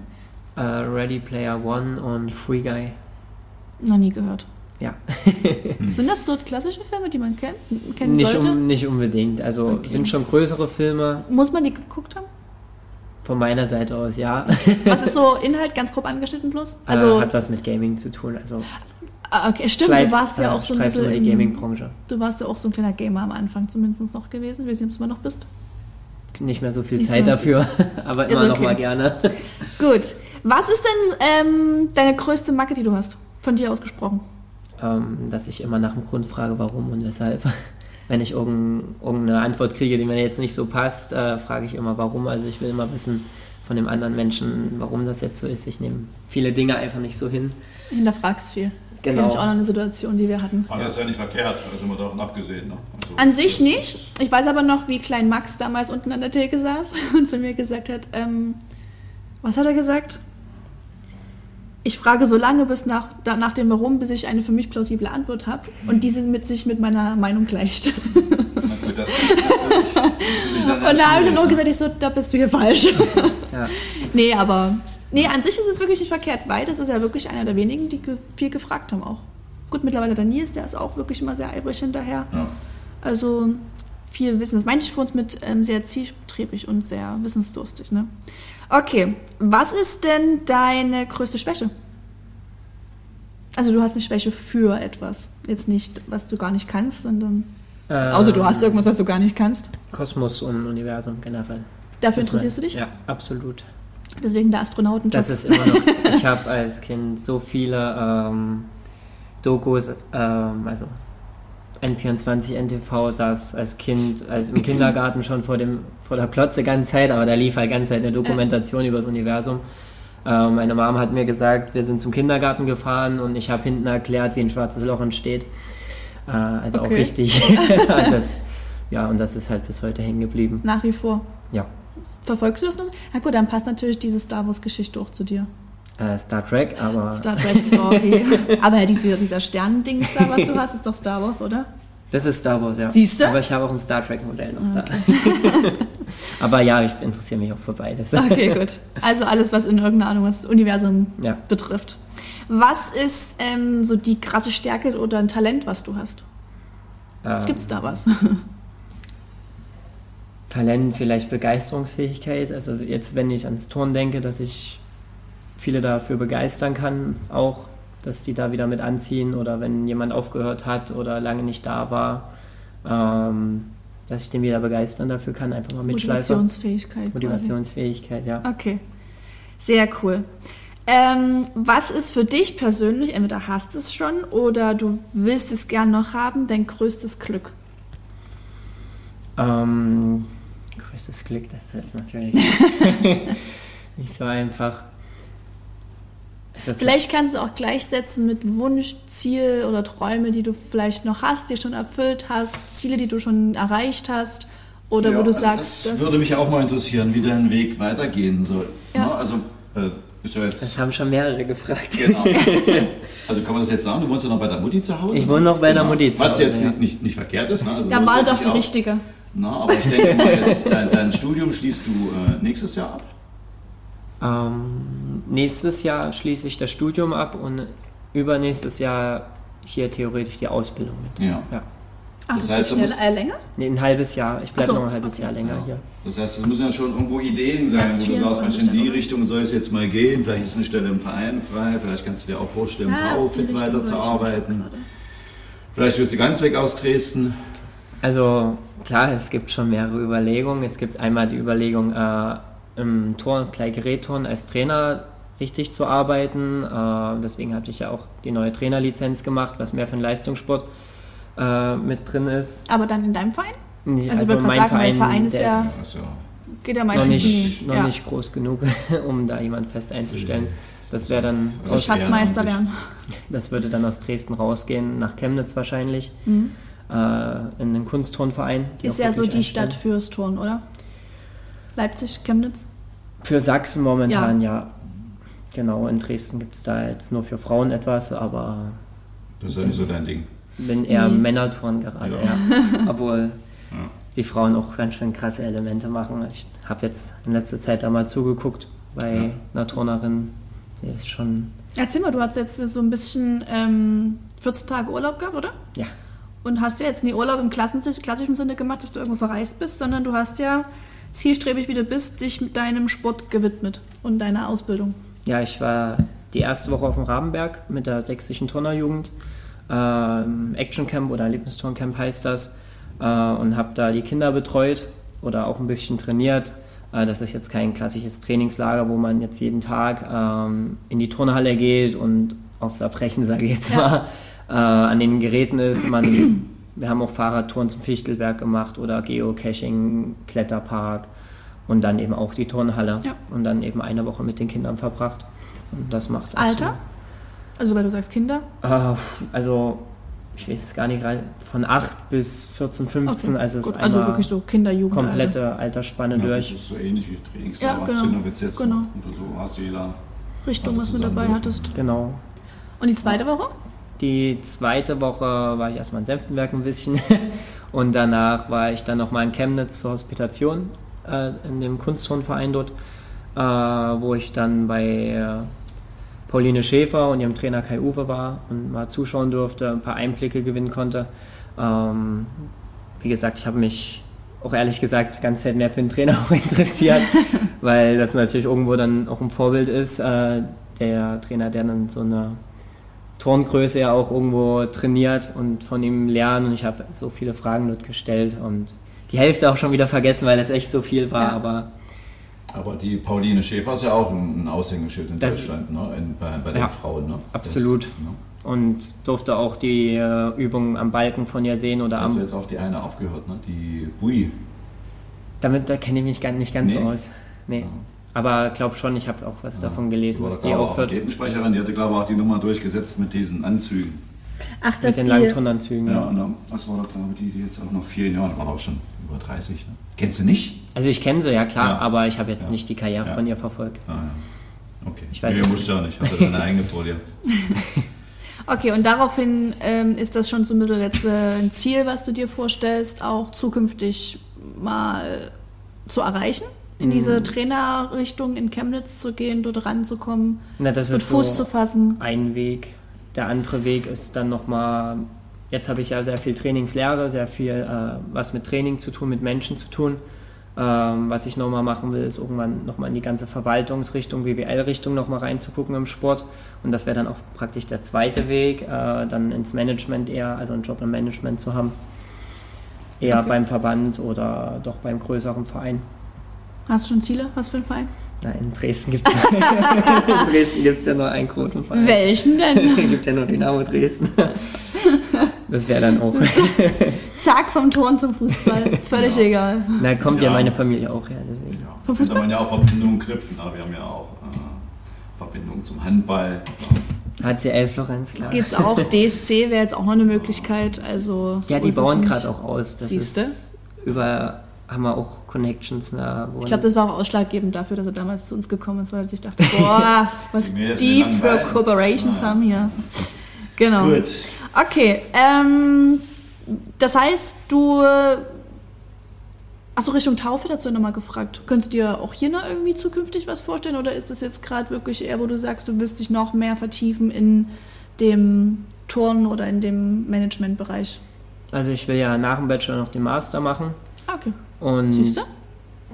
Speaker 3: Äh, Ready Player One und Free Guy.
Speaker 1: Noch nie gehört.
Speaker 3: Ja,
Speaker 1: Sind das so klassische Filme, die man kennt, kennen
Speaker 3: nicht,
Speaker 1: sollte?
Speaker 3: um, nicht unbedingt. Also
Speaker 1: Okay.
Speaker 3: sind schon größere Filme
Speaker 1: Muss man die geguckt haben?
Speaker 3: von meiner Seite aus, ja.
Speaker 1: Was ist so Inhalt ganz grob angeschnitten bloß? Also,
Speaker 3: äh, hat was mit Gaming zu tun. Also
Speaker 1: ah, okay, stimmt, du
Speaker 3: schleift,
Speaker 1: warst ja
Speaker 3: äh,
Speaker 1: auch so ein
Speaker 3: schleift
Speaker 1: bisschen.
Speaker 3: über die
Speaker 1: im-
Speaker 3: Gaming-Branche.
Speaker 1: Du warst ja auch so ein kleiner Gamer am Anfang zumindest noch gewesen. Wir sehen, ob du mal noch bist.
Speaker 3: Nicht mehr so viel
Speaker 1: Nicht
Speaker 3: Zeit
Speaker 1: so
Speaker 3: dafür, aber
Speaker 1: Ist
Speaker 3: immer noch
Speaker 1: okay.
Speaker 3: mal gerne.
Speaker 1: Gut. Was ist denn ähm, deine größte Macke, die du hast? Von dir ausgesprochen.
Speaker 3: ähm, dass ich immer nach dem Grund frage, warum und weshalb. Wenn ich irgendein- irgendeine Antwort kriege, die mir jetzt nicht so passt, äh, frage ich immer, warum. Also ich will immer wissen von dem anderen Menschen, warum das jetzt so ist. Ich nehme viele Dinge einfach nicht so hin.
Speaker 1: Hinterfragst viel.
Speaker 3: Genau.
Speaker 1: Kenn ich auch noch eine Situation, die wir hatten.
Speaker 2: Aber das ist ja nicht verkehrt, also mal davon abgesehen. Ne? Also,
Speaker 1: An sich nicht. Ich weiß aber noch, wie klein Max damals unten an der Theke saß und zu mir gesagt hat, ähm, was hat er gesagt? Ich frage so lange bis nach, da, nach dem Warum, bis ich eine für mich plausible Antwort habe und diese mit sich mit meiner Meinung gleicht.
Speaker 2: na gut, das ist natürlich- natürlich dann
Speaker 1: Und da habe ich dann
Speaker 2: schwierig,
Speaker 1: auch
Speaker 2: ne?
Speaker 1: gesagt, ich so, da bist du hier falsch.
Speaker 3: Ja.
Speaker 1: nee, aber nee, an sich ist es wirklich nicht verkehrt, weil das ist ja wirklich einer der wenigen, die ge viel gefragt haben auch. Gut, mittlerweile der Nils, der ist auch wirklich immer sehr eifrig hinterher.
Speaker 2: Ja.
Speaker 1: Also viel Wissen. Das meinte ich für uns mit ähm, sehr zielstrebig und sehr wissensdurstig. Ne? Okay, was ist denn deine größte Schwäche? Also du hast eine Schwäche für etwas. Jetzt nicht, was du gar nicht kannst, sondern...
Speaker 3: Ähm,
Speaker 1: Außer du hast irgendwas, was du gar nicht kannst.
Speaker 3: Kosmos und Universum generell.
Speaker 1: Dafür
Speaker 3: Das
Speaker 1: interessierst du
Speaker 3: mein-
Speaker 1: dich?
Speaker 3: Ja, absolut.
Speaker 1: Deswegen der Astronautenjob.
Speaker 3: Das ist immer noch. ich habe als Kind so viele ähm, Dokus, ähm, also N24, NTV saß als Kind, als im Kindergarten schon vor dem vor der Plotze ganze Zeit, aber da lief halt ganze Zeit eine Dokumentation über das Universum. Äh, meine Mom hat mir gesagt, wir sind zum Kindergarten gefahren und ich habe hinten erklärt, wie ein schwarzes Loch entsteht. Äh, also auch
Speaker 1: Okay.
Speaker 3: richtig. das, ja, und das ist halt bis heute hängen geblieben.
Speaker 1: Nach wie vor.
Speaker 3: Ja.
Speaker 1: Verfolgst du das noch? Na gut, dann passt natürlich diese Star Wars-Geschichte auch zu dir.
Speaker 3: Äh, Star Trek, aber
Speaker 1: Star Trek, sorry. Aber ja, dieser, dieser Sternendings da, was du hast, ist doch Star Wars, oder?
Speaker 3: Das ist Star Wars, ja.
Speaker 1: Siehste?
Speaker 3: Aber ich habe auch ein Star Trek-Modell noch da. Aber ja, ich interessiere mich auch für beides.
Speaker 1: Okay, gut. Also alles, was in irgendeiner Ahnung das Universum
Speaker 3: Ja.
Speaker 1: betrifft. Was ist ähm, so die krasse Stärke oder ein Talent, was du hast?
Speaker 3: Ähm,
Speaker 1: Gibt's da was?
Speaker 3: Talent, vielleicht Begeisterungsfähigkeit. Also jetzt, wenn ich ans Turn denke, dass ich viele dafür begeistern kann, auch, dass die da wieder mit anziehen oder wenn jemand aufgehört hat oder lange nicht da war, ähm, dass ich den wieder begeistern dafür kann, einfach mal mitschleifen.
Speaker 1: Motivationsfähigkeit. Quasi.
Speaker 3: Motivationsfähigkeit, ja.
Speaker 1: Okay. Sehr cool. Ähm, was ist für dich persönlich, entweder hast es schon oder du willst es gern noch haben, dein größtes Glück?
Speaker 3: Ähm, größtes Glück, das ist natürlich nicht so einfach. Also
Speaker 1: Vielleicht kannst du auch gleichsetzen mit Wunsch, Ziel oder Träume, die du vielleicht noch hast, die schon erfüllt hast, Ziele, die du schon erreicht hast oder wo du sagst,
Speaker 2: Das würde mich auch mal interessieren, wie dein Weg weitergehen soll.
Speaker 1: Ja.
Speaker 2: Na, also, äh, ist ja jetzt.
Speaker 3: Das haben schon mehrere gefragt.
Speaker 2: Genau. Also kann man das jetzt sagen, du wohnst ja noch bei der Mutti zu Hause? Genau.
Speaker 3: Ich wohne noch bei der Mutti zu
Speaker 2: Was
Speaker 3: Hause,
Speaker 2: jetzt
Speaker 3: ja.
Speaker 2: nicht, nicht, nicht verkehrt ist. Ne? Also
Speaker 1: da
Speaker 2: das
Speaker 1: war
Speaker 2: ist
Speaker 1: doch die
Speaker 2: natürlich auch-
Speaker 1: richtige.
Speaker 2: Na, aber ich denke mal, jetzt, dein, dein Studium schließt du äh, nächstes Jahr ab.
Speaker 3: Ähm, nächstes Jahr schließe ich das Studium ab und übernächstes Jahr hier theoretisch die Ausbildung mit.
Speaker 2: Ja.
Speaker 3: Ja.
Speaker 1: Ach, das,
Speaker 2: Das heißt,
Speaker 1: heißt,
Speaker 2: du
Speaker 1: geht
Speaker 2: musst-
Speaker 1: schneller, äh, länger?
Speaker 3: Nee, ein halbes Jahr. Ich bleibe
Speaker 1: Ach so,
Speaker 3: noch ein halbes
Speaker 1: okay.
Speaker 3: Jahr länger hier.
Speaker 2: Das heißt, es müssen ja schon irgendwo Ideen sein,
Speaker 1: Ganz
Speaker 2: wo du sagst,
Speaker 1: 24
Speaker 2: Mensch, in die
Speaker 1: Stellen.
Speaker 2: Richtung soll es jetzt mal gehen. Vielleicht ist eine Stelle im Verein frei, vielleicht kannst du dir auch vorstellen,
Speaker 1: Ah,
Speaker 2: ja,
Speaker 1: auf die
Speaker 2: Outfit
Speaker 1: Richtung wollte ich
Speaker 2: weiterzuarbeiten.
Speaker 1: schon gerade.
Speaker 2: Vielleicht wirst du ganz weg aus Dresden.
Speaker 3: Also klar, es gibt schon mehrere Überlegungen. Es gibt einmal die Überlegung, äh, im Tor, Kleingerätturn als Trainer richtig zu arbeiten. Äh, deswegen habe ich ja auch die neue Trainerlizenz gemacht, was mehr für den Leistungssport äh, mit drin ist.
Speaker 1: Aber dann in deinem Verein?
Speaker 3: Nee,
Speaker 1: Also ich wollte gerade sagen, mein Verein ist
Speaker 3: der
Speaker 1: ja-
Speaker 2: Ach so.
Speaker 1: Geht ja
Speaker 3: noch
Speaker 1: meistens
Speaker 3: nicht,
Speaker 1: nie.
Speaker 3: noch
Speaker 1: ja.
Speaker 3: nicht groß genug, um da jemanden fest einzustellen. Das wäre dann
Speaker 2: Also
Speaker 3: aus,
Speaker 2: Schatz-
Speaker 1: Schatzmeister
Speaker 2: Ehrenamtlich.
Speaker 1: werden.
Speaker 3: das würde dann aus Dresden rausgehen, nach Chemnitz wahrscheinlich, äh, in den Kunstturnverein. die
Speaker 1: Mhm. Ist
Speaker 3: auch
Speaker 1: ja so
Speaker 3: wirklich
Speaker 1: die
Speaker 3: einstellen.
Speaker 1: Stadt fürs Turnen, oder? Leipzig, Chemnitz?
Speaker 3: Für Sachsen momentan, ja. Genau, in Dresden gibt es da jetzt nur für Frauen etwas, aber
Speaker 2: Das ist ja nicht so dein Ding.
Speaker 3: bin eher
Speaker 1: Nee.
Speaker 3: Männerturn gerade,
Speaker 2: Ja.
Speaker 3: ja. Obwohl
Speaker 2: Ja.
Speaker 3: die Frauen auch ganz schön krasse Elemente machen. Ich habe jetzt in letzter Zeit da mal zugeguckt bei
Speaker 2: Ja.
Speaker 3: einer Turnerin. Die ist schon,
Speaker 1: Erzähl mal, du hast jetzt so ein bisschen ähm, 14 Tage Urlaub gehabt, oder?
Speaker 3: ja,
Speaker 1: Und hast ja jetzt nie Urlaub im klassischen, klassischen Sinne gemacht, dass du irgendwo verreist bist, sondern du hast ja zielstrebig, wie du bist, dich mit deinem Sport gewidmet und deiner Ausbildung.
Speaker 3: Ja, ich war die erste Woche auf dem Rabenberg mit der sächsischen Turnerjugend. Ähm, Action Camp oder Erlebnistourncamp heißt das. Äh, und habe da die Kinder betreut oder auch ein bisschen trainiert. Äh, das ist jetzt kein klassisches Trainingslager, wo man jetzt jeden Tag ähm, in die Turnhalle geht und aufs Erbrechen, sage ich jetzt
Speaker 1: Ja.
Speaker 3: mal, äh, an den Geräten ist. Man, wir haben auch Fahrradtouren zum Fichtelberg gemacht oder Geocaching, Kletterpark und dann eben auch die Turnhalle
Speaker 1: Ja.
Speaker 3: und dann eben eine Woche mit den Kindern verbracht. Und das macht
Speaker 1: Alter? Also, weil du sagst Kinder?
Speaker 3: absolut- Äh, also ich weiß es gar nicht gerade von 8 bis 14, 15, also es ist
Speaker 1: Gut, also
Speaker 3: einmal
Speaker 1: wirklich so ne? Kinderjugend.
Speaker 3: komplette Altersspanne
Speaker 2: Ja,
Speaker 3: durch.
Speaker 2: Das ist so ähnlich wie
Speaker 1: Ja,
Speaker 2: Trainingslager.
Speaker 1: genau.
Speaker 2: Zinnowitz jetzt
Speaker 1: Genau.
Speaker 2: oder so, hast du jeder.
Speaker 1: Richtung, was du mit
Speaker 2: Zusammen
Speaker 1: dabei
Speaker 2: dürfen.
Speaker 1: hattest.
Speaker 3: Genau.
Speaker 1: Und die zweite Woche?
Speaker 3: Die zweite Woche war ich erstmal in Senftenberg ein bisschen und danach war ich dann nochmal in Chemnitz zur Hospitation äh, in dem Kunstturnverein dort, äh, wo ich dann bei äh, Pauline Schäfer und ihrem Trainer Kai Uwe war und mal zuschauen durfte, ein paar Einblicke gewinnen konnte. Ähm, wie gesagt, ich habe mich auch ehrlich gesagt die ganze Zeit mehr für den Trainer auch interessiert, weil das natürlich irgendwo dann auch ein Vorbild ist. Äh, der Trainer, der dann so eine Turngröße ja auch irgendwo trainiert und von ihm lernen. Und ich habe so viele Fragen dort gestellt und die Hälfte auch schon wieder vergessen, weil das echt so viel war.
Speaker 1: Ja.
Speaker 3: Aber
Speaker 2: Aber die Pauline Schäfer ist ja auch ein ein Aushängeschild in
Speaker 3: Das-
Speaker 2: Deutschland, ne? in, bei, bei den
Speaker 3: Ja,
Speaker 2: Frauen. Ne?
Speaker 3: absolut.
Speaker 2: Das, ne?
Speaker 3: und durfte auch die äh, Übungen am Balken von ihr sehen oder
Speaker 2: Da hat
Speaker 3: am.
Speaker 2: jetzt auch die eine aufgehört, ne? die Bui.
Speaker 3: Damit da kenne ich mich gar nicht ganz
Speaker 2: Nee.
Speaker 3: aus. Nee.
Speaker 2: Ja.
Speaker 3: Aber glaub schon, ich habe auch was davon gelesen,
Speaker 2: Die war,
Speaker 3: dass die
Speaker 2: glaube ich, auch
Speaker 3: aufhört.
Speaker 2: Athletensprecherin, die hatte, glaube ich, auch die Nummer durchgesetzt mit diesen Anzügen.
Speaker 1: Ach,
Speaker 3: Mit
Speaker 1: dass
Speaker 3: den
Speaker 1: die.
Speaker 3: langen Turnanzügen.
Speaker 2: Ja, und dann, das war doch, glaube ich, die, die jetzt auch noch vier Jahre, war auch schon über 30. Ne? Kennst du nicht?
Speaker 3: Also ich kenne sie, ja klar,
Speaker 2: Ja.
Speaker 3: aber ich habe jetzt
Speaker 2: Ja.
Speaker 3: nicht die Karriere
Speaker 2: Ja.
Speaker 3: von ihr verfolgt.
Speaker 2: Ah, ja. Okay.
Speaker 3: Ich weiß
Speaker 2: nee,
Speaker 3: es
Speaker 2: musst du ja nicht, hatte deine eigene vor dir.
Speaker 1: Okay, und daraufhin ähm, ist das schon so ein bisschen jetzt äh, ein Ziel, was du dir vorstellst, auch zukünftig mal zu erreichen, in
Speaker 3: Mhm.
Speaker 1: diese Trainerrichtung in Chemnitz zu gehen, dort ranzukommen,
Speaker 3: Na, das
Speaker 1: mit
Speaker 3: ist
Speaker 1: Fuß
Speaker 3: so
Speaker 1: zu fassen.
Speaker 3: ein Weg. Der andere Weg ist dann nochmal, jetzt habe ich ja sehr viel Trainingslehre, sehr viel äh, was mit Training zu tun, mit Menschen zu tun. Ähm, was ich nochmal machen will, ist irgendwann nochmal in die ganze Verwaltungsrichtung, BWL-Richtung nochmal reinzugucken im Sport. Und das wäre dann auch praktisch der zweite Weg, äh, dann ins Management eher, also einen Job im Management zu haben. Eher
Speaker 1: Okay.
Speaker 3: beim Verband oder doch beim größeren Verein.
Speaker 1: Hast du schon Ziele? Was für ein Verein?
Speaker 3: Na, in Dresden gibt es ja nur einen großen Verein.
Speaker 1: Welchen denn?
Speaker 3: gibt ja nur Dynamo Dresden. Das wäre dann auch.
Speaker 1: Zack, vom Ton zum Fußball. Völlig
Speaker 3: Genau.
Speaker 2: Ja.
Speaker 1: egal.
Speaker 3: Na, kommt ja,
Speaker 2: Ja.
Speaker 3: meine Familie auch her, deswegen.
Speaker 2: Ja,
Speaker 1: Vom
Speaker 2: könnte
Speaker 1: Fußball?
Speaker 2: man ja auch Verbindungen knüpfen, aber wir haben ja auch äh, Verbindungen zum Handball.
Speaker 3: HCL Florenz, klar.
Speaker 1: Gibt's auch. DSC wäre jetzt auch noch eine Möglichkeit. Also, so
Speaker 3: Ja, die
Speaker 1: ist es
Speaker 3: bauen
Speaker 1: nicht.
Speaker 3: gerade auch aus. Das
Speaker 1: Siehste?
Speaker 3: ist über haben wir auch Connections. Na, wo
Speaker 1: Ich glaube, das war auch ausschlaggebend dafür, dass er damals zu uns gekommen ist, weil er sich dachte, boah, was
Speaker 2: Mir ist
Speaker 1: die
Speaker 2: mir
Speaker 1: für
Speaker 2: langweilig.
Speaker 1: Corporations
Speaker 2: Ah, ja.
Speaker 1: haben hier. Genau.
Speaker 2: Gut.
Speaker 1: Okay, ähm, das heißt, du. Achso, Richtung Taufe dazu nochmal gefragt. Könntest du dir auch hier noch irgendwie zukünftig was vorstellen oder ist das jetzt gerade wirklich eher, wo du sagst, du willst dich noch mehr vertiefen in dem Turnen oder in dem Managementbereich?
Speaker 3: Also ich will ja nach dem Bachelor noch den Master machen.
Speaker 1: Ah, okay.
Speaker 3: Und
Speaker 1: Siehste?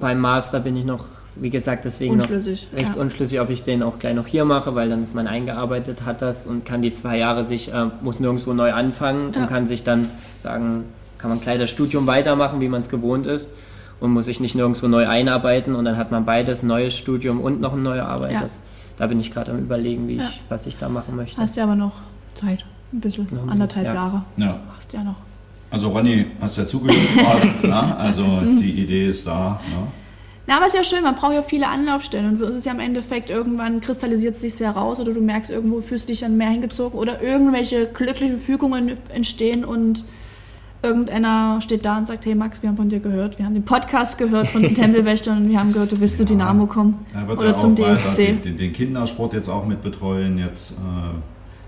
Speaker 3: beim Master bin ich noch, wie gesagt, deswegen noch
Speaker 1: Unschlüssig.
Speaker 3: recht
Speaker 1: ja.
Speaker 3: unschlüssig, ob ich den auch gleich noch hier mache, weil dann ist man eingearbeitet, hat das und kann die zwei Jahre sich, äh, muss nirgendwo neu anfangen
Speaker 1: Ja.
Speaker 3: und kann sich dann sagen, kann man gleich das Studium weitermachen, wie man es gewohnt ist und muss sich nicht nirgendwo neu einarbeiten und dann hat man beides, neues Studium und noch eine neue Arbeit.
Speaker 1: Ja.
Speaker 3: Das, da bin ich gerade am überlegen, wie ich,
Speaker 1: Ja.
Speaker 3: was ich da machen möchte.
Speaker 1: Hast ja aber noch Zeit. Ein bisschen.
Speaker 3: Noch ein
Speaker 1: anderthalb
Speaker 3: bisschen, ja.
Speaker 1: Jahre.
Speaker 2: Ja,
Speaker 1: Hast ja noch.
Speaker 2: also Ronny, hast ja zugehört gerade. ne? Also die Idee ist da. Ne?
Speaker 1: Na, aber ist ja schön, man braucht ja viele Anlaufstellen und so ist es ja im Endeffekt, irgendwann kristallisiert es sich ja raus oder du merkst, irgendwo fühlst du dich dann mehr hingezogen oder irgendwelche glücklichen Fügungen entstehen und irgendeiner steht da und sagt, hey Max, wir haben von dir gehört, wir haben den Podcast gehört von den Tempelwächtern und wir haben gehört, du willst zu
Speaker 2: Ja.
Speaker 1: Dynamo kommen
Speaker 2: Er wird
Speaker 1: oder
Speaker 2: ja
Speaker 1: zum
Speaker 2: auch weiter
Speaker 1: DSC.
Speaker 2: Den, den, den Kindersport jetzt auch mit betreuen, jetzt äh,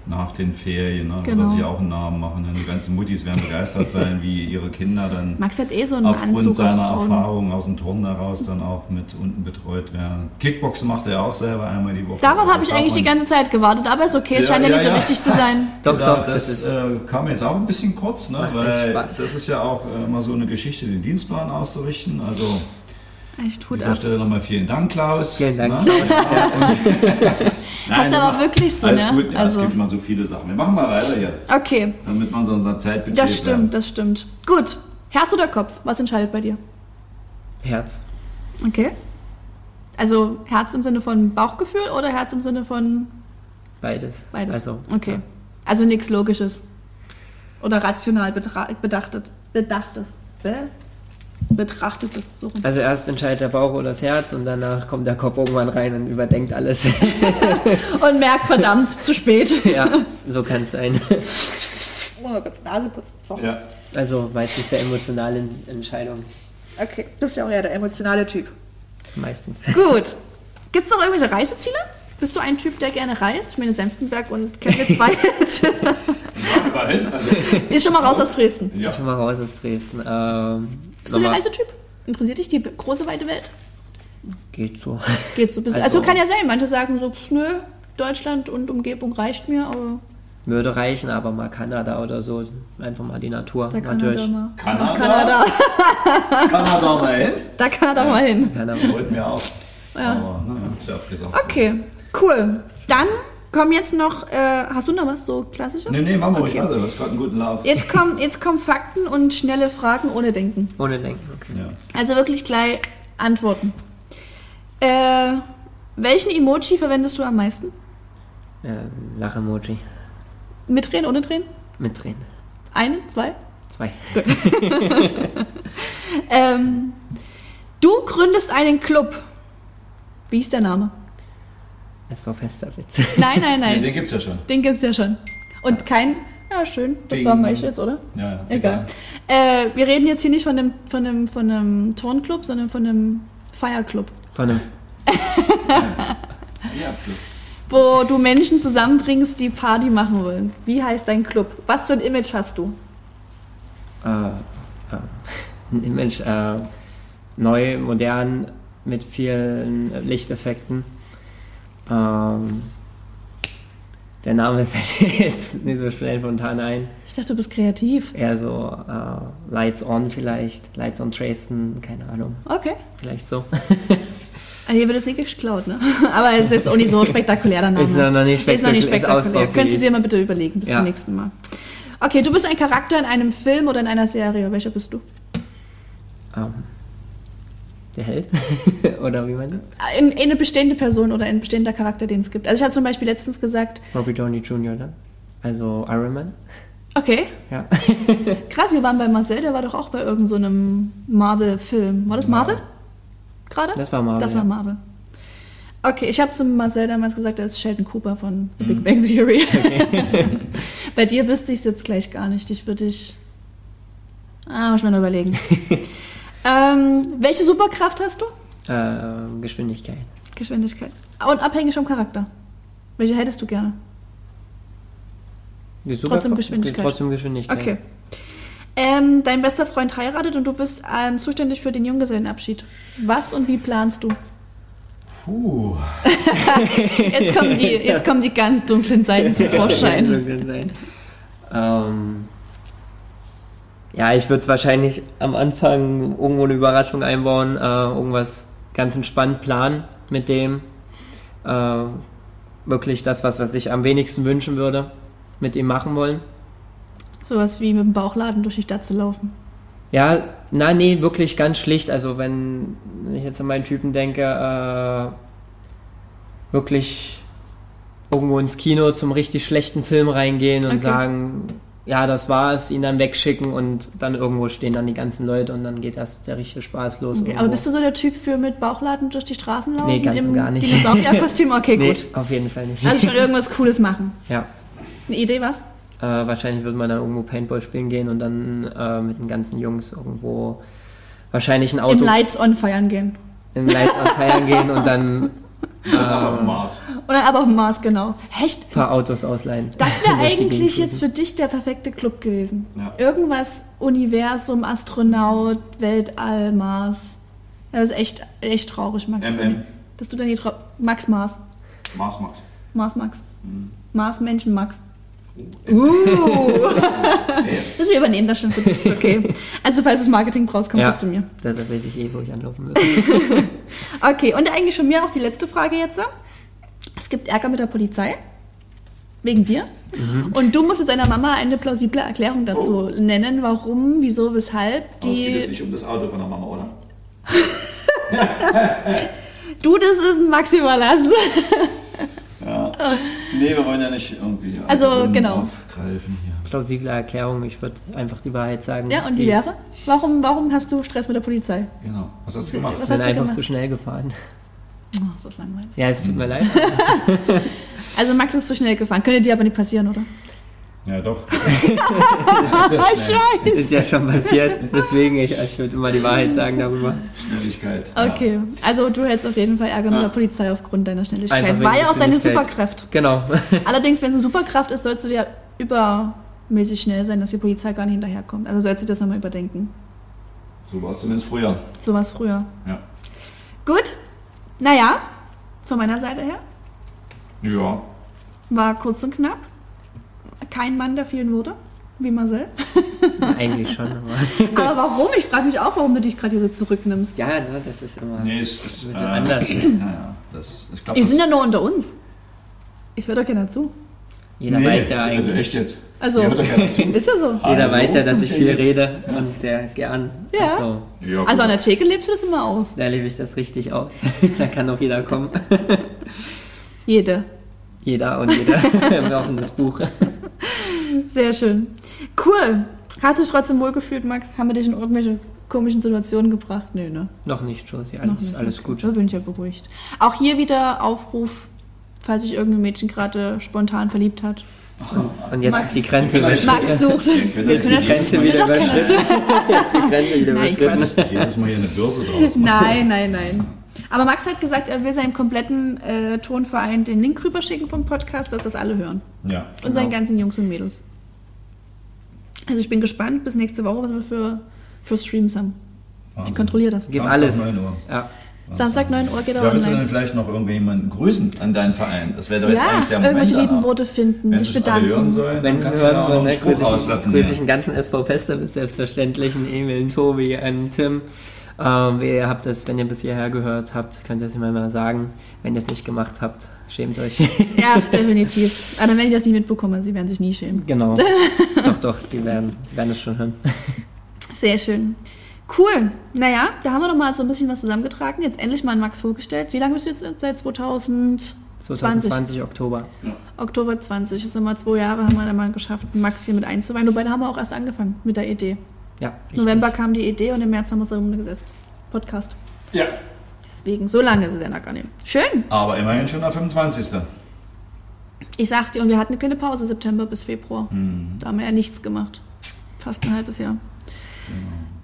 Speaker 2: nach den Ferien. Ne? Wird
Speaker 1: Genau.
Speaker 2: er sich auch einen Namen machen. Ne? Die ganzen Muttis werden begeistert sein, wie ihre Kinder dann
Speaker 1: Max hat eh so einen
Speaker 2: aufgrund
Speaker 1: Anzug
Speaker 2: seiner
Speaker 1: auf Frauen.
Speaker 2: Erfahrung aus dem Turnen heraus dann auch mit unten betreut werden. Kickboxen macht er auch selber einmal die Woche.
Speaker 1: Darauf
Speaker 2: Das
Speaker 1: habe ich
Speaker 2: darf
Speaker 1: eigentlich die
Speaker 2: man-
Speaker 1: ganze Zeit gewartet, aber ist okay, es
Speaker 2: Ja,
Speaker 1: scheint ja,
Speaker 2: ja,
Speaker 1: nicht so
Speaker 2: ja.
Speaker 1: wichtig zu sein.
Speaker 3: Doch,
Speaker 2: Ja,
Speaker 3: doch, das,
Speaker 2: das,
Speaker 3: ist
Speaker 2: äh, kam jetzt auch ein bisschen kurz, ne?
Speaker 3: Macht echt
Speaker 2: weil
Speaker 3: Spaß.
Speaker 2: das ist ja auch äh, immer so eine Geschichte, den Dienstplan auszurichten. Also
Speaker 1: Echt
Speaker 2: an
Speaker 1: Hut
Speaker 2: dieser
Speaker 1: ab.
Speaker 2: Stelle nochmal vielen Dank, Klaus.
Speaker 3: Vielen Dank,
Speaker 2: Ne?
Speaker 3: Klaus.
Speaker 1: Das ist
Speaker 2: Nein,
Speaker 1: aber wirklich so,
Speaker 2: alles
Speaker 1: ne?
Speaker 2: gut, ja,
Speaker 1: also,
Speaker 2: es gibt immer so viele Sachen. Wir machen mal weiter hier,
Speaker 1: okay.
Speaker 2: damit wir unserer Zeit betreffen.
Speaker 1: Das stimmt, das stimmt. Gut. Herz oder Kopf? Was entscheidet bei dir?
Speaker 3: Herz.
Speaker 1: Okay. Also Herz im Sinne von Bauchgefühl oder Herz im Sinne von
Speaker 3: Beides.
Speaker 1: beides?
Speaker 3: Also,
Speaker 1: okay. Also nichts Logisches. Oder rational betra- bedachtet. Bedachtes. Be betrachtetes. So rum.
Speaker 3: also erst entscheidet der Bauch oder das Herz und danach kommt der Kopf irgendwann rein und überdenkt alles.
Speaker 1: Und merkt, verdammt, zu spät.
Speaker 3: ja, so kann es sein.
Speaker 1: Oh Gott, Nase putzen. So.
Speaker 2: Ja.
Speaker 3: Also meistens sehr emotionale Entscheidung.
Speaker 1: Okay, bist ja auch eher der emotionale Typ.
Speaker 3: Meistens.
Speaker 1: Gut. Gibt es noch irgendwelche Reiseziele? Bist du ein Typ, der gerne reist? Ich meine, Senftenberg und Chemnitz 2
Speaker 2: Überall, also,
Speaker 1: ist schon mal raus aus Dresden.
Speaker 2: ja.
Speaker 3: Schon mal raus aus Dresden.
Speaker 1: Bist
Speaker 3: Ähm,
Speaker 1: du also der
Speaker 3: nochmal-
Speaker 1: Reisetyp? Interessiert dich die große weite Welt?
Speaker 3: Geht so.
Speaker 1: Geht so ein bisschen. Also,
Speaker 3: Also-
Speaker 1: kann ja sein, manche sagen so, pff, nö, Deutschland und Umgebung reicht mir, aber
Speaker 3: Würde reichen, aber mal Kanada oder so. Einfach mal die Natur.
Speaker 1: da kann er da
Speaker 3: natürlich.
Speaker 1: mal.
Speaker 2: Kanada?
Speaker 1: Kanada,
Speaker 2: Kanada mal hin.
Speaker 1: da kann er da mal hin.
Speaker 3: Kanada.
Speaker 2: Wollten wir auch.
Speaker 1: Ja.
Speaker 2: Aber, naja, ist ja abgesagt.
Speaker 1: Okay, cool. Dann kommen jetzt noch, äh, hast du noch was so klassisches?
Speaker 2: Nee, nee, machen wir
Speaker 1: Okay.
Speaker 2: ruhig weiter. Du hast gerade einen guten Lauf.
Speaker 1: Jetzt kommen, jetzt kommen Fakten und schnelle Fragen ohne Denken.
Speaker 3: Ohne Denken. Okay.
Speaker 2: Ja.
Speaker 1: Also wirklich gleich antworten. Äh, welchen Emoji verwendest du am meisten?
Speaker 3: Ähm, Lach-Emoji.
Speaker 1: Mit Tränen, ohne Tränen?
Speaker 3: Mit Tränen.
Speaker 1: Einen, zwei?
Speaker 3: Zwei.
Speaker 1: Ähm, du gründest einen Club. Wie ist der Name?
Speaker 3: Es war fester Witz.
Speaker 1: Nein, nein,
Speaker 2: Nee,
Speaker 1: nein.
Speaker 2: den gibt's ja schon.
Speaker 1: Den gibt's ja schon. Und kein. Ja, schön. Das
Speaker 2: Ding.
Speaker 1: war mein jetzt, oder?
Speaker 2: Ja, ja.
Speaker 1: Egal. Äh, wir reden jetzt hier nicht von einem, von einem, von einem Turnclub, sondern von einem Feierclub,
Speaker 3: Von einem
Speaker 2: Ja, gut.
Speaker 1: wo du Menschen zusammenbringst, die Party machen wollen. Wie heißt dein Club? Was für ein Image hast du?
Speaker 3: äh, äh, ein Image. Äh, neu, modern, mit vielen Lichteffekten. Ähm, der Name fällt mir jetzt nicht so schnell spontan ein.
Speaker 1: Ich dachte, du bist kreativ.
Speaker 3: Eher so äh, Lights On vielleicht, Lights on Tracen, keine Ahnung,
Speaker 1: Okay.
Speaker 3: vielleicht so.
Speaker 1: Ah, Hier wird es nicht geklaut, ne? Aber es ist jetzt auch nicht so spektakulär, der Name.
Speaker 3: Ist noch nicht
Speaker 1: Ist noch nicht
Speaker 3: spektakulär, ist
Speaker 1: spektakulär.
Speaker 3: ausbaufähig.
Speaker 1: Könntest du dir mal bitte überlegen, bis
Speaker 3: Ja.
Speaker 1: zum nächsten Mal. Okay, du bist ein Charakter in einem Film oder in einer Serie. Welcher bist du?
Speaker 3: Ähm, der Held? Oder wie meinst du?
Speaker 1: Ein- eine bestehende Person oder ein bestehender Charakter, den es gibt. Also ich habe zum Beispiel letztens gesagt,
Speaker 3: Robbie Downey Jr. dann? Also Iron Man?
Speaker 1: okay,
Speaker 3: Ja.
Speaker 1: krass, wir waren bei Marcel, der war doch auch bei irgendeinem so einem Marvel-Film. War das Marvel? Gerade?
Speaker 3: Das war Marvel.
Speaker 1: Das war
Speaker 3: ja.
Speaker 1: Marvel. Okay, ich habe zu Marcel damals gesagt, er ist Sheldon Cooper von The
Speaker 3: Mhm.
Speaker 1: Big Bang Theory. Bei dir wüsste ich es jetzt gleich gar nicht. Ich würde dich. Ah, muss ich mir noch überlegen. ähm, welche Superkraft hast du?
Speaker 3: äh, Geschwindigkeit.
Speaker 1: Geschwindigkeit. Und abhängig vom Charakter. Welche hättest du gerne?
Speaker 3: Die
Speaker 1: Trotzdem
Speaker 3: Superkraft-
Speaker 1: Geschwindigkeit.
Speaker 3: Trotzdem Geschwindigkeit.
Speaker 1: Okay. Ähm, dein bester Freund heiratet und du bist ähm, zuständig für den Junggesellenabschied. Was und wie planst du?
Speaker 2: Puh.
Speaker 1: Jetzt kommen die, jetzt kommen die ganz dunklen Seiten zum
Speaker 3: So
Speaker 1: Vorschein.
Speaker 3: kann sein. ähm, ja, ich würde es wahrscheinlich am Anfang irgendwo eine Überraschung einbauen, äh, irgendwas ganz entspannt planen mit dem. Äh, wirklich das, was, was ich am wenigsten wünschen würde, mit ihm machen wollen.
Speaker 1: Sowas wie mit dem Bauchladen durch die Stadt zu laufen.
Speaker 3: Ja, na nee, wirklich ganz schlicht. Also wenn, wenn ich jetzt an meinen Typen denke, äh, wirklich irgendwo ins Kino zum richtig schlechten Film reingehen und
Speaker 1: Okay.
Speaker 3: sagen, ja, das war es, ihn dann wegschicken und dann irgendwo stehen dann die ganzen Leute und dann geht erst der richtige Spaß los.
Speaker 1: Okay, aber bist du so der Typ für mit Bauchladen durch die Straßen laufen?
Speaker 3: Nee, ganz
Speaker 1: im
Speaker 3: und gar nicht.
Speaker 1: Dinosaurierkostüm? Okay,
Speaker 3: nee,
Speaker 1: gut.
Speaker 3: auf jeden Fall nicht.
Speaker 1: Also schon irgendwas Cooles machen.
Speaker 3: ja.
Speaker 1: Eine Idee was?
Speaker 3: Äh, wahrscheinlich wird man dann irgendwo Paintball spielen gehen und dann äh, mit den ganzen Jungs irgendwo wahrscheinlich ein
Speaker 1: Im
Speaker 3: Auto
Speaker 1: Lights on feiern gehen.
Speaker 3: im Light feiern gehen und dann
Speaker 2: Aber Mars.
Speaker 1: Und dann aber auf dem Mars, genau. Hecht,
Speaker 3: ein paar Autos ausleihen.
Speaker 1: das wäre
Speaker 3: Durch die Gegend
Speaker 1: eigentlich
Speaker 3: cruisen.
Speaker 1: jetzt für dich der perfekte Club gewesen.
Speaker 2: Ja.
Speaker 1: Irgendwas Universum, Astronaut, Weltall, Mars. Das ist echt, echt traurig, Max. dass du
Speaker 2: MM.
Speaker 1: nie- Dass du dann die Trau- Max Mars.
Speaker 2: Mars, Max.
Speaker 1: Mars Max.
Speaker 3: Mhm.
Speaker 1: Mars Menschen Max.
Speaker 2: Oh,
Speaker 1: Uh.
Speaker 2: ey.
Speaker 1: Das, wir übernehmen das schon für dich, ist okay. Also falls du das Marketing brauchst, kommst
Speaker 3: Ja.
Speaker 1: du zu mir.
Speaker 3: Deshalb weiß ich eh, wo ich anlaufen muss.
Speaker 1: Okay, und eigentlich von mir auch die letzte Frage jetzt. Es gibt Ärger mit der Polizei. Wegen dir.
Speaker 3: Mhm.
Speaker 1: Und du musst jetzt deiner Mama eine plausible Erklärung dazu
Speaker 3: Oh.
Speaker 1: nennen, warum, wieso, weshalb
Speaker 2: Aber es geht jetzt
Speaker 1: die.
Speaker 2: nicht um das Auto von der Mama, oder?
Speaker 1: Du, das ist ein Max überlassen.
Speaker 2: Ja. Nee, wir wollen ja nicht irgendwie
Speaker 1: Also,
Speaker 2: Alkohol
Speaker 1: genau.
Speaker 2: aufgreifen hier.
Speaker 3: Plausible Erklärung, ich würde einfach die Wahrheit sagen.
Speaker 1: Ja, und die
Speaker 3: ist-
Speaker 1: wäre? Warum, warum hast du Stress mit der Polizei?
Speaker 2: Genau. Was hast du gemacht?
Speaker 1: Was
Speaker 3: Ich bin
Speaker 1: hast du
Speaker 3: einfach
Speaker 1: gemacht?
Speaker 3: zu schnell gefahren.
Speaker 1: Oh, das ist langweilig.
Speaker 3: Ja, es tut mir leid.
Speaker 1: Also, Max ist zu schnell gefahren. Könnte dir aber nicht passieren, oder?
Speaker 2: Ja, doch. ja, ist ja schnell.
Speaker 3: Es ist ja schon passiert. Deswegen, ich, ich würde immer die Wahrheit sagen darüber.
Speaker 2: Schnelligkeit.
Speaker 1: Okay, also du hättest auf jeden Fall Ärger mit
Speaker 2: Ja.
Speaker 1: der Polizei aufgrund deiner Schnelligkeit.
Speaker 3: Einfach wegen
Speaker 1: War ja auch deine
Speaker 3: Geschwindigkeit.
Speaker 1: Superkraft.
Speaker 3: Genau.
Speaker 1: Allerdings, wenn es eine Superkraft ist, sollst du ja übermäßig schnell sein, dass die Polizei gar nicht hinterherkommt. Also sollst du das nochmal überdenken.
Speaker 2: Ja. So war es zumindest früher.
Speaker 1: So war es früher.
Speaker 2: Ja.
Speaker 1: Gut, naja, von meiner Seite her
Speaker 2: Ja.
Speaker 1: war kurz und knapp. Kein Mann der vielen Worte, wie Marcel.
Speaker 3: Eigentlich schon. Aber.
Speaker 1: Aber warum? Ich frage mich auch, warum du dich gerade hier so zurücknimmst.
Speaker 3: Ja, ne, das ist immer
Speaker 2: Nee, es ist.
Speaker 3: ein bisschen
Speaker 2: äh,
Speaker 3: anders.
Speaker 2: Ja, ja. Das, ist- ich glaub,
Speaker 1: Wir
Speaker 2: das-
Speaker 1: sind ja nur unter uns. Ich höre doch keiner zu.
Speaker 3: Jeder
Speaker 2: Nee,
Speaker 3: weiß ja
Speaker 2: Also
Speaker 3: eigentlich.
Speaker 2: echt jetzt.
Speaker 1: Also,
Speaker 2: Ihr hört doch keiner zu.
Speaker 1: ist ja so.
Speaker 3: Jeder
Speaker 2: Hallo?
Speaker 3: weiß ja, dass ich viel rede und sehr gern.
Speaker 1: Ja.
Speaker 3: Also,
Speaker 2: Ja,
Speaker 1: Also an
Speaker 2: gut.
Speaker 1: der Theke lebst du das immer aus.
Speaker 3: da lebe ich das richtig aus. da kann auch jeder kommen.
Speaker 1: Jede.
Speaker 3: Jeder und jeder. Ein offenes Buch.
Speaker 1: Sehr schön. Cool. Hast du dich trotzdem wohlgefühlt, Max? Haben wir dich in irgendwelche komischen Situationen gebracht? Nö, ne?
Speaker 3: Noch nicht, Josie.
Speaker 1: Noch
Speaker 3: Alles,
Speaker 1: nicht. ne?
Speaker 3: alles gut.
Speaker 1: Da bin ich ja beruhigt. Auch hier wieder Aufruf, falls sich irgendein Mädchen gerade spontan verliebt hat.
Speaker 3: Und jetzt
Speaker 1: Max-
Speaker 3: ist die Grenze
Speaker 2: Wir können
Speaker 3: überschritten.
Speaker 1: Max sucht.
Speaker 2: Wir können
Speaker 1: Wir
Speaker 2: jetzt
Speaker 1: können
Speaker 2: die
Speaker 1: das-
Speaker 2: Grenze
Speaker 1: das hört doch
Speaker 3: wieder
Speaker 1: keiner
Speaker 3: überschritten.
Speaker 1: zu.
Speaker 3: Jetzt die Grenze wieder
Speaker 1: Nein,
Speaker 3: überschritten.
Speaker 2: Jedes Mal hier eine Börse draus. machen.
Speaker 1: Nein, nein, nein. Aber Max hat gesagt, er will seinem kompletten äh, Tonverein den Link rüberschicken vom Podcast, dass das alle hören.
Speaker 2: Ja.
Speaker 1: Und seinen ganzen Jungs und Mädels. Also ich bin gespannt bis nächste Woche, was wir für, für Streams haben. Ich kontrolliere das.
Speaker 3: Gib
Speaker 2: Samstag,
Speaker 3: alles.
Speaker 2: 9 Uhr.
Speaker 3: Ja.
Speaker 1: Samstag 9 Uhr genau. geht er
Speaker 2: Ja, willst du
Speaker 1: online.
Speaker 2: denn vielleicht noch irgendjemanden grüßen an deinen Verein? Das wäre doch jetzt
Speaker 1: Ja,
Speaker 2: eigentlich der Moment.
Speaker 1: irgendwelche
Speaker 2: danach.
Speaker 1: Liebenbrote finden,
Speaker 2: Wenn
Speaker 1: dich
Speaker 2: sie es alle hören
Speaker 1: bedanken.
Speaker 2: sollen,
Speaker 3: Wenn
Speaker 2: dann
Speaker 3: Sie
Speaker 2: kannst
Speaker 3: es
Speaker 2: du
Speaker 3: hören
Speaker 2: ja auch noch
Speaker 3: wollen,
Speaker 2: einen
Speaker 3: ne,
Speaker 2: Spruch
Speaker 3: grüße ich,
Speaker 2: auslassen.
Speaker 3: grüße
Speaker 2: hier.
Speaker 3: ich den ganzen SV Pesterbis, selbstverständlich, an Emil, einen Tobi, an Tim. Ähm, ihr habt das, wenn ihr bis hierher gehört habt, könnt ihr es immer mal sagen. Wenn ihr es nicht gemacht habt, schämt euch.
Speaker 1: Ja, definitiv. Aber dann werden die das nie mitbekommen, sie werden sich nie schämen.
Speaker 3: genau. doch, doch, die werden, die werden es schon hören.
Speaker 1: Sehr schön. Cool. Naja, da haben wir doch mal so ein bisschen was zusammengetragen. Jetzt endlich mal einen Max vorgestellt. Wie lange bist du jetzt seit 2000?
Speaker 3: 2020 Oktober.
Speaker 1: Oktober 20. Das sind mal zwei Jahre, haben wir da mal geschafft, einen Max hier mit einzuweihen. Wobei, da haben wir auch erst angefangen mit der Idee.
Speaker 3: Ja, richtig.
Speaker 1: November kam die Idee und im März haben wir es umgesetzt. Podcast.
Speaker 2: Ja.
Speaker 1: Deswegen, so lange ist es ja noch gar nicht. Schön.
Speaker 2: Aber immerhin schon der 25.
Speaker 1: Ich sag's dir, und wir hatten eine kleine Pause, September bis Februar. Da haben wir ja nichts gemacht. Fast ein halbes Jahr.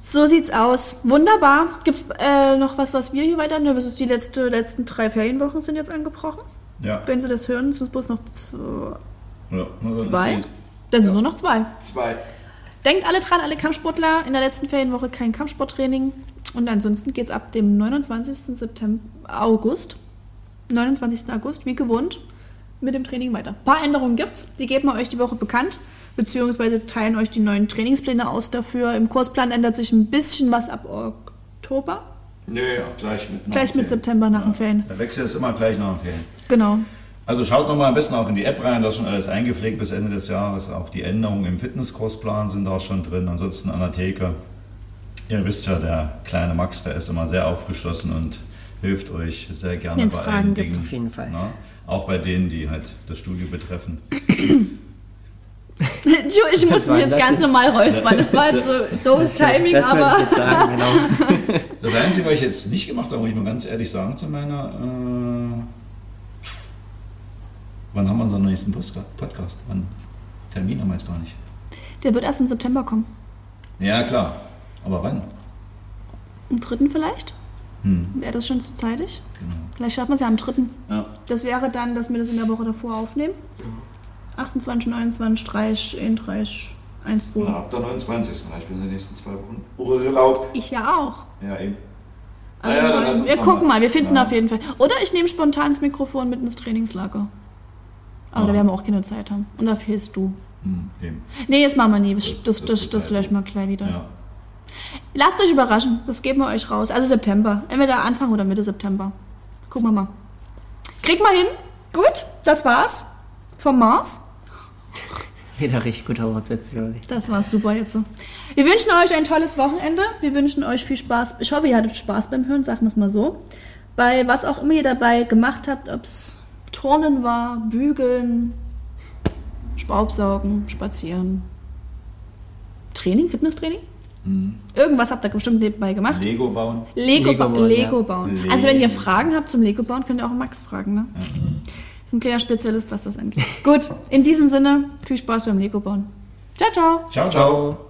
Speaker 1: So sieht's aus. Wunderbar. Gibt's äh, noch was, was wir hier weiter? Ne, das ist die letzte, letzten drei Ferienwochen sind jetzt angebrochen.
Speaker 2: Ja.
Speaker 1: Wenn Sie das hören, sind es bloß noch z-
Speaker 2: ja. Also das
Speaker 1: zwei.
Speaker 2: sieht-
Speaker 1: Dann sind nur noch zwei.
Speaker 4: Zwei.
Speaker 1: Denkt alle dran, alle Kampfsportler. In der letzten Ferienwoche kein Kampfsporttraining. Und ansonsten geht's ab dem 29. September, August, 29. August, wie gewohnt, mit dem Training weiter. Ein paar Änderungen gibt's. Die geben wir euch die Woche bekannt. Beziehungsweise teilen euch die neuen Trainingspläne aus dafür. Im Kursplan ändert sich ein bisschen was ab Oktober.
Speaker 2: Nee, ja, gleich mit. nach
Speaker 1: Gleich
Speaker 2: den
Speaker 1: mit
Speaker 2: Ferien.
Speaker 1: September nach
Speaker 2: Ja.
Speaker 1: den Ferien.
Speaker 2: Der Wechsel ist immer gleich nach den Ferien.
Speaker 1: Genau.
Speaker 2: Also schaut nochmal am besten auch in die App rein, da ist schon alles eingepflegt bis Ende des Jahres. Auch die Änderungen im Fitnesskursplan sind da schon drin. Ansonsten an der Theke. Ihr wisst ja, der kleine Max, der ist immer sehr aufgeschlossen und hilft euch sehr gerne
Speaker 1: Wenn's
Speaker 2: bei
Speaker 1: Fragen
Speaker 2: allen
Speaker 1: gibt,
Speaker 2: Dingen.
Speaker 3: auf jeden Fall.
Speaker 2: Na, auch bei denen, die halt das Studio betreffen.
Speaker 1: Entschuldigung, ich muss
Speaker 3: war
Speaker 1: mir jetzt
Speaker 3: das
Speaker 1: ganz
Speaker 3: denn?
Speaker 1: normal räuspern. Das war jetzt so doofes Timing,
Speaker 3: das
Speaker 1: aber.
Speaker 3: würde ich jetzt sagen, genau.
Speaker 2: Das Einzige, was ich jetzt nicht gemacht habe, muss ich mal ganz ehrlich sagen zu meiner. Äh, wann haben wir unseren nächsten Postka- Podcast? Wann? Termin haben wir jetzt gar nicht.
Speaker 1: Der wird erst im September kommen.
Speaker 2: Ja, klar. Aber wann?
Speaker 1: Am dritten vielleicht?
Speaker 2: Hm,
Speaker 1: Wäre das schon zu zeitig?
Speaker 2: genau.
Speaker 1: Vielleicht schafft man es ja am dritten.
Speaker 2: Ja.
Speaker 1: Das wäre dann, dass wir das in der Woche davor aufnehmen.
Speaker 2: Genau.
Speaker 1: 28, 29, 30, 31, 1, 2.
Speaker 2: ab der 29. Ich bin in den nächsten zwei Wochen Urlaub.
Speaker 1: Ich ja auch.
Speaker 2: Ja, eben.
Speaker 1: Also
Speaker 2: ja, dann
Speaker 1: wir-
Speaker 2: lass uns
Speaker 1: wir
Speaker 2: noch
Speaker 1: gucken
Speaker 2: mal.
Speaker 1: mal, wir finden
Speaker 2: Ja.
Speaker 1: auf jeden Fall. Oder ich nehme spontan das Mikrofon mit ins Trainingslager. Aber da
Speaker 2: Ja.
Speaker 1: werden wir auch keine Zeit haben. Und da fehlst du.
Speaker 2: Hm, eben.
Speaker 1: Nee, das machen wir nie. Das, das,
Speaker 2: Das-
Speaker 1: das,
Speaker 2: das
Speaker 1: das,
Speaker 2: wird halt
Speaker 1: löschen wir gleich wieder.
Speaker 2: Ja.
Speaker 1: Lasst euch überraschen. Das geben wir euch raus. Also September. Entweder Anfang oder Mitte September. Gucken wir mal. Kriegen wir hin. Gut, das war's. Vom Mars.
Speaker 3: Wieder richtig guter Wortwitz, glaube ich.
Speaker 1: Das war's super jetzt. so. Wir wünschen euch ein tolles Wochenende. Wir wünschen euch viel Spaß. Ich hoffe, ihr hattet Spaß beim Hören, sagen wir es mal so. Bei was auch immer ihr dabei gemacht habt, ob es Turnen war, Bügeln, Staubsaugen, Spazieren, Training, Fitnesstraining.
Speaker 3: Mhm.
Speaker 1: Irgendwas habt ihr bestimmt nebenbei gemacht.
Speaker 2: Lego bauen.
Speaker 1: Lego,
Speaker 3: Lego
Speaker 1: ba
Speaker 3: bauen,
Speaker 1: Lego
Speaker 3: ja.
Speaker 1: bauen.
Speaker 2: Lego.
Speaker 1: Also wenn ihr Fragen habt zum Lego bauen, könnt ihr auch Max fragen. Ne? Ist ein kleiner Spezialist, was das angeht. Gut, in diesem Sinne, viel Spaß beim Lego bauen. Ciao, ciao.
Speaker 2: ciao. ciao.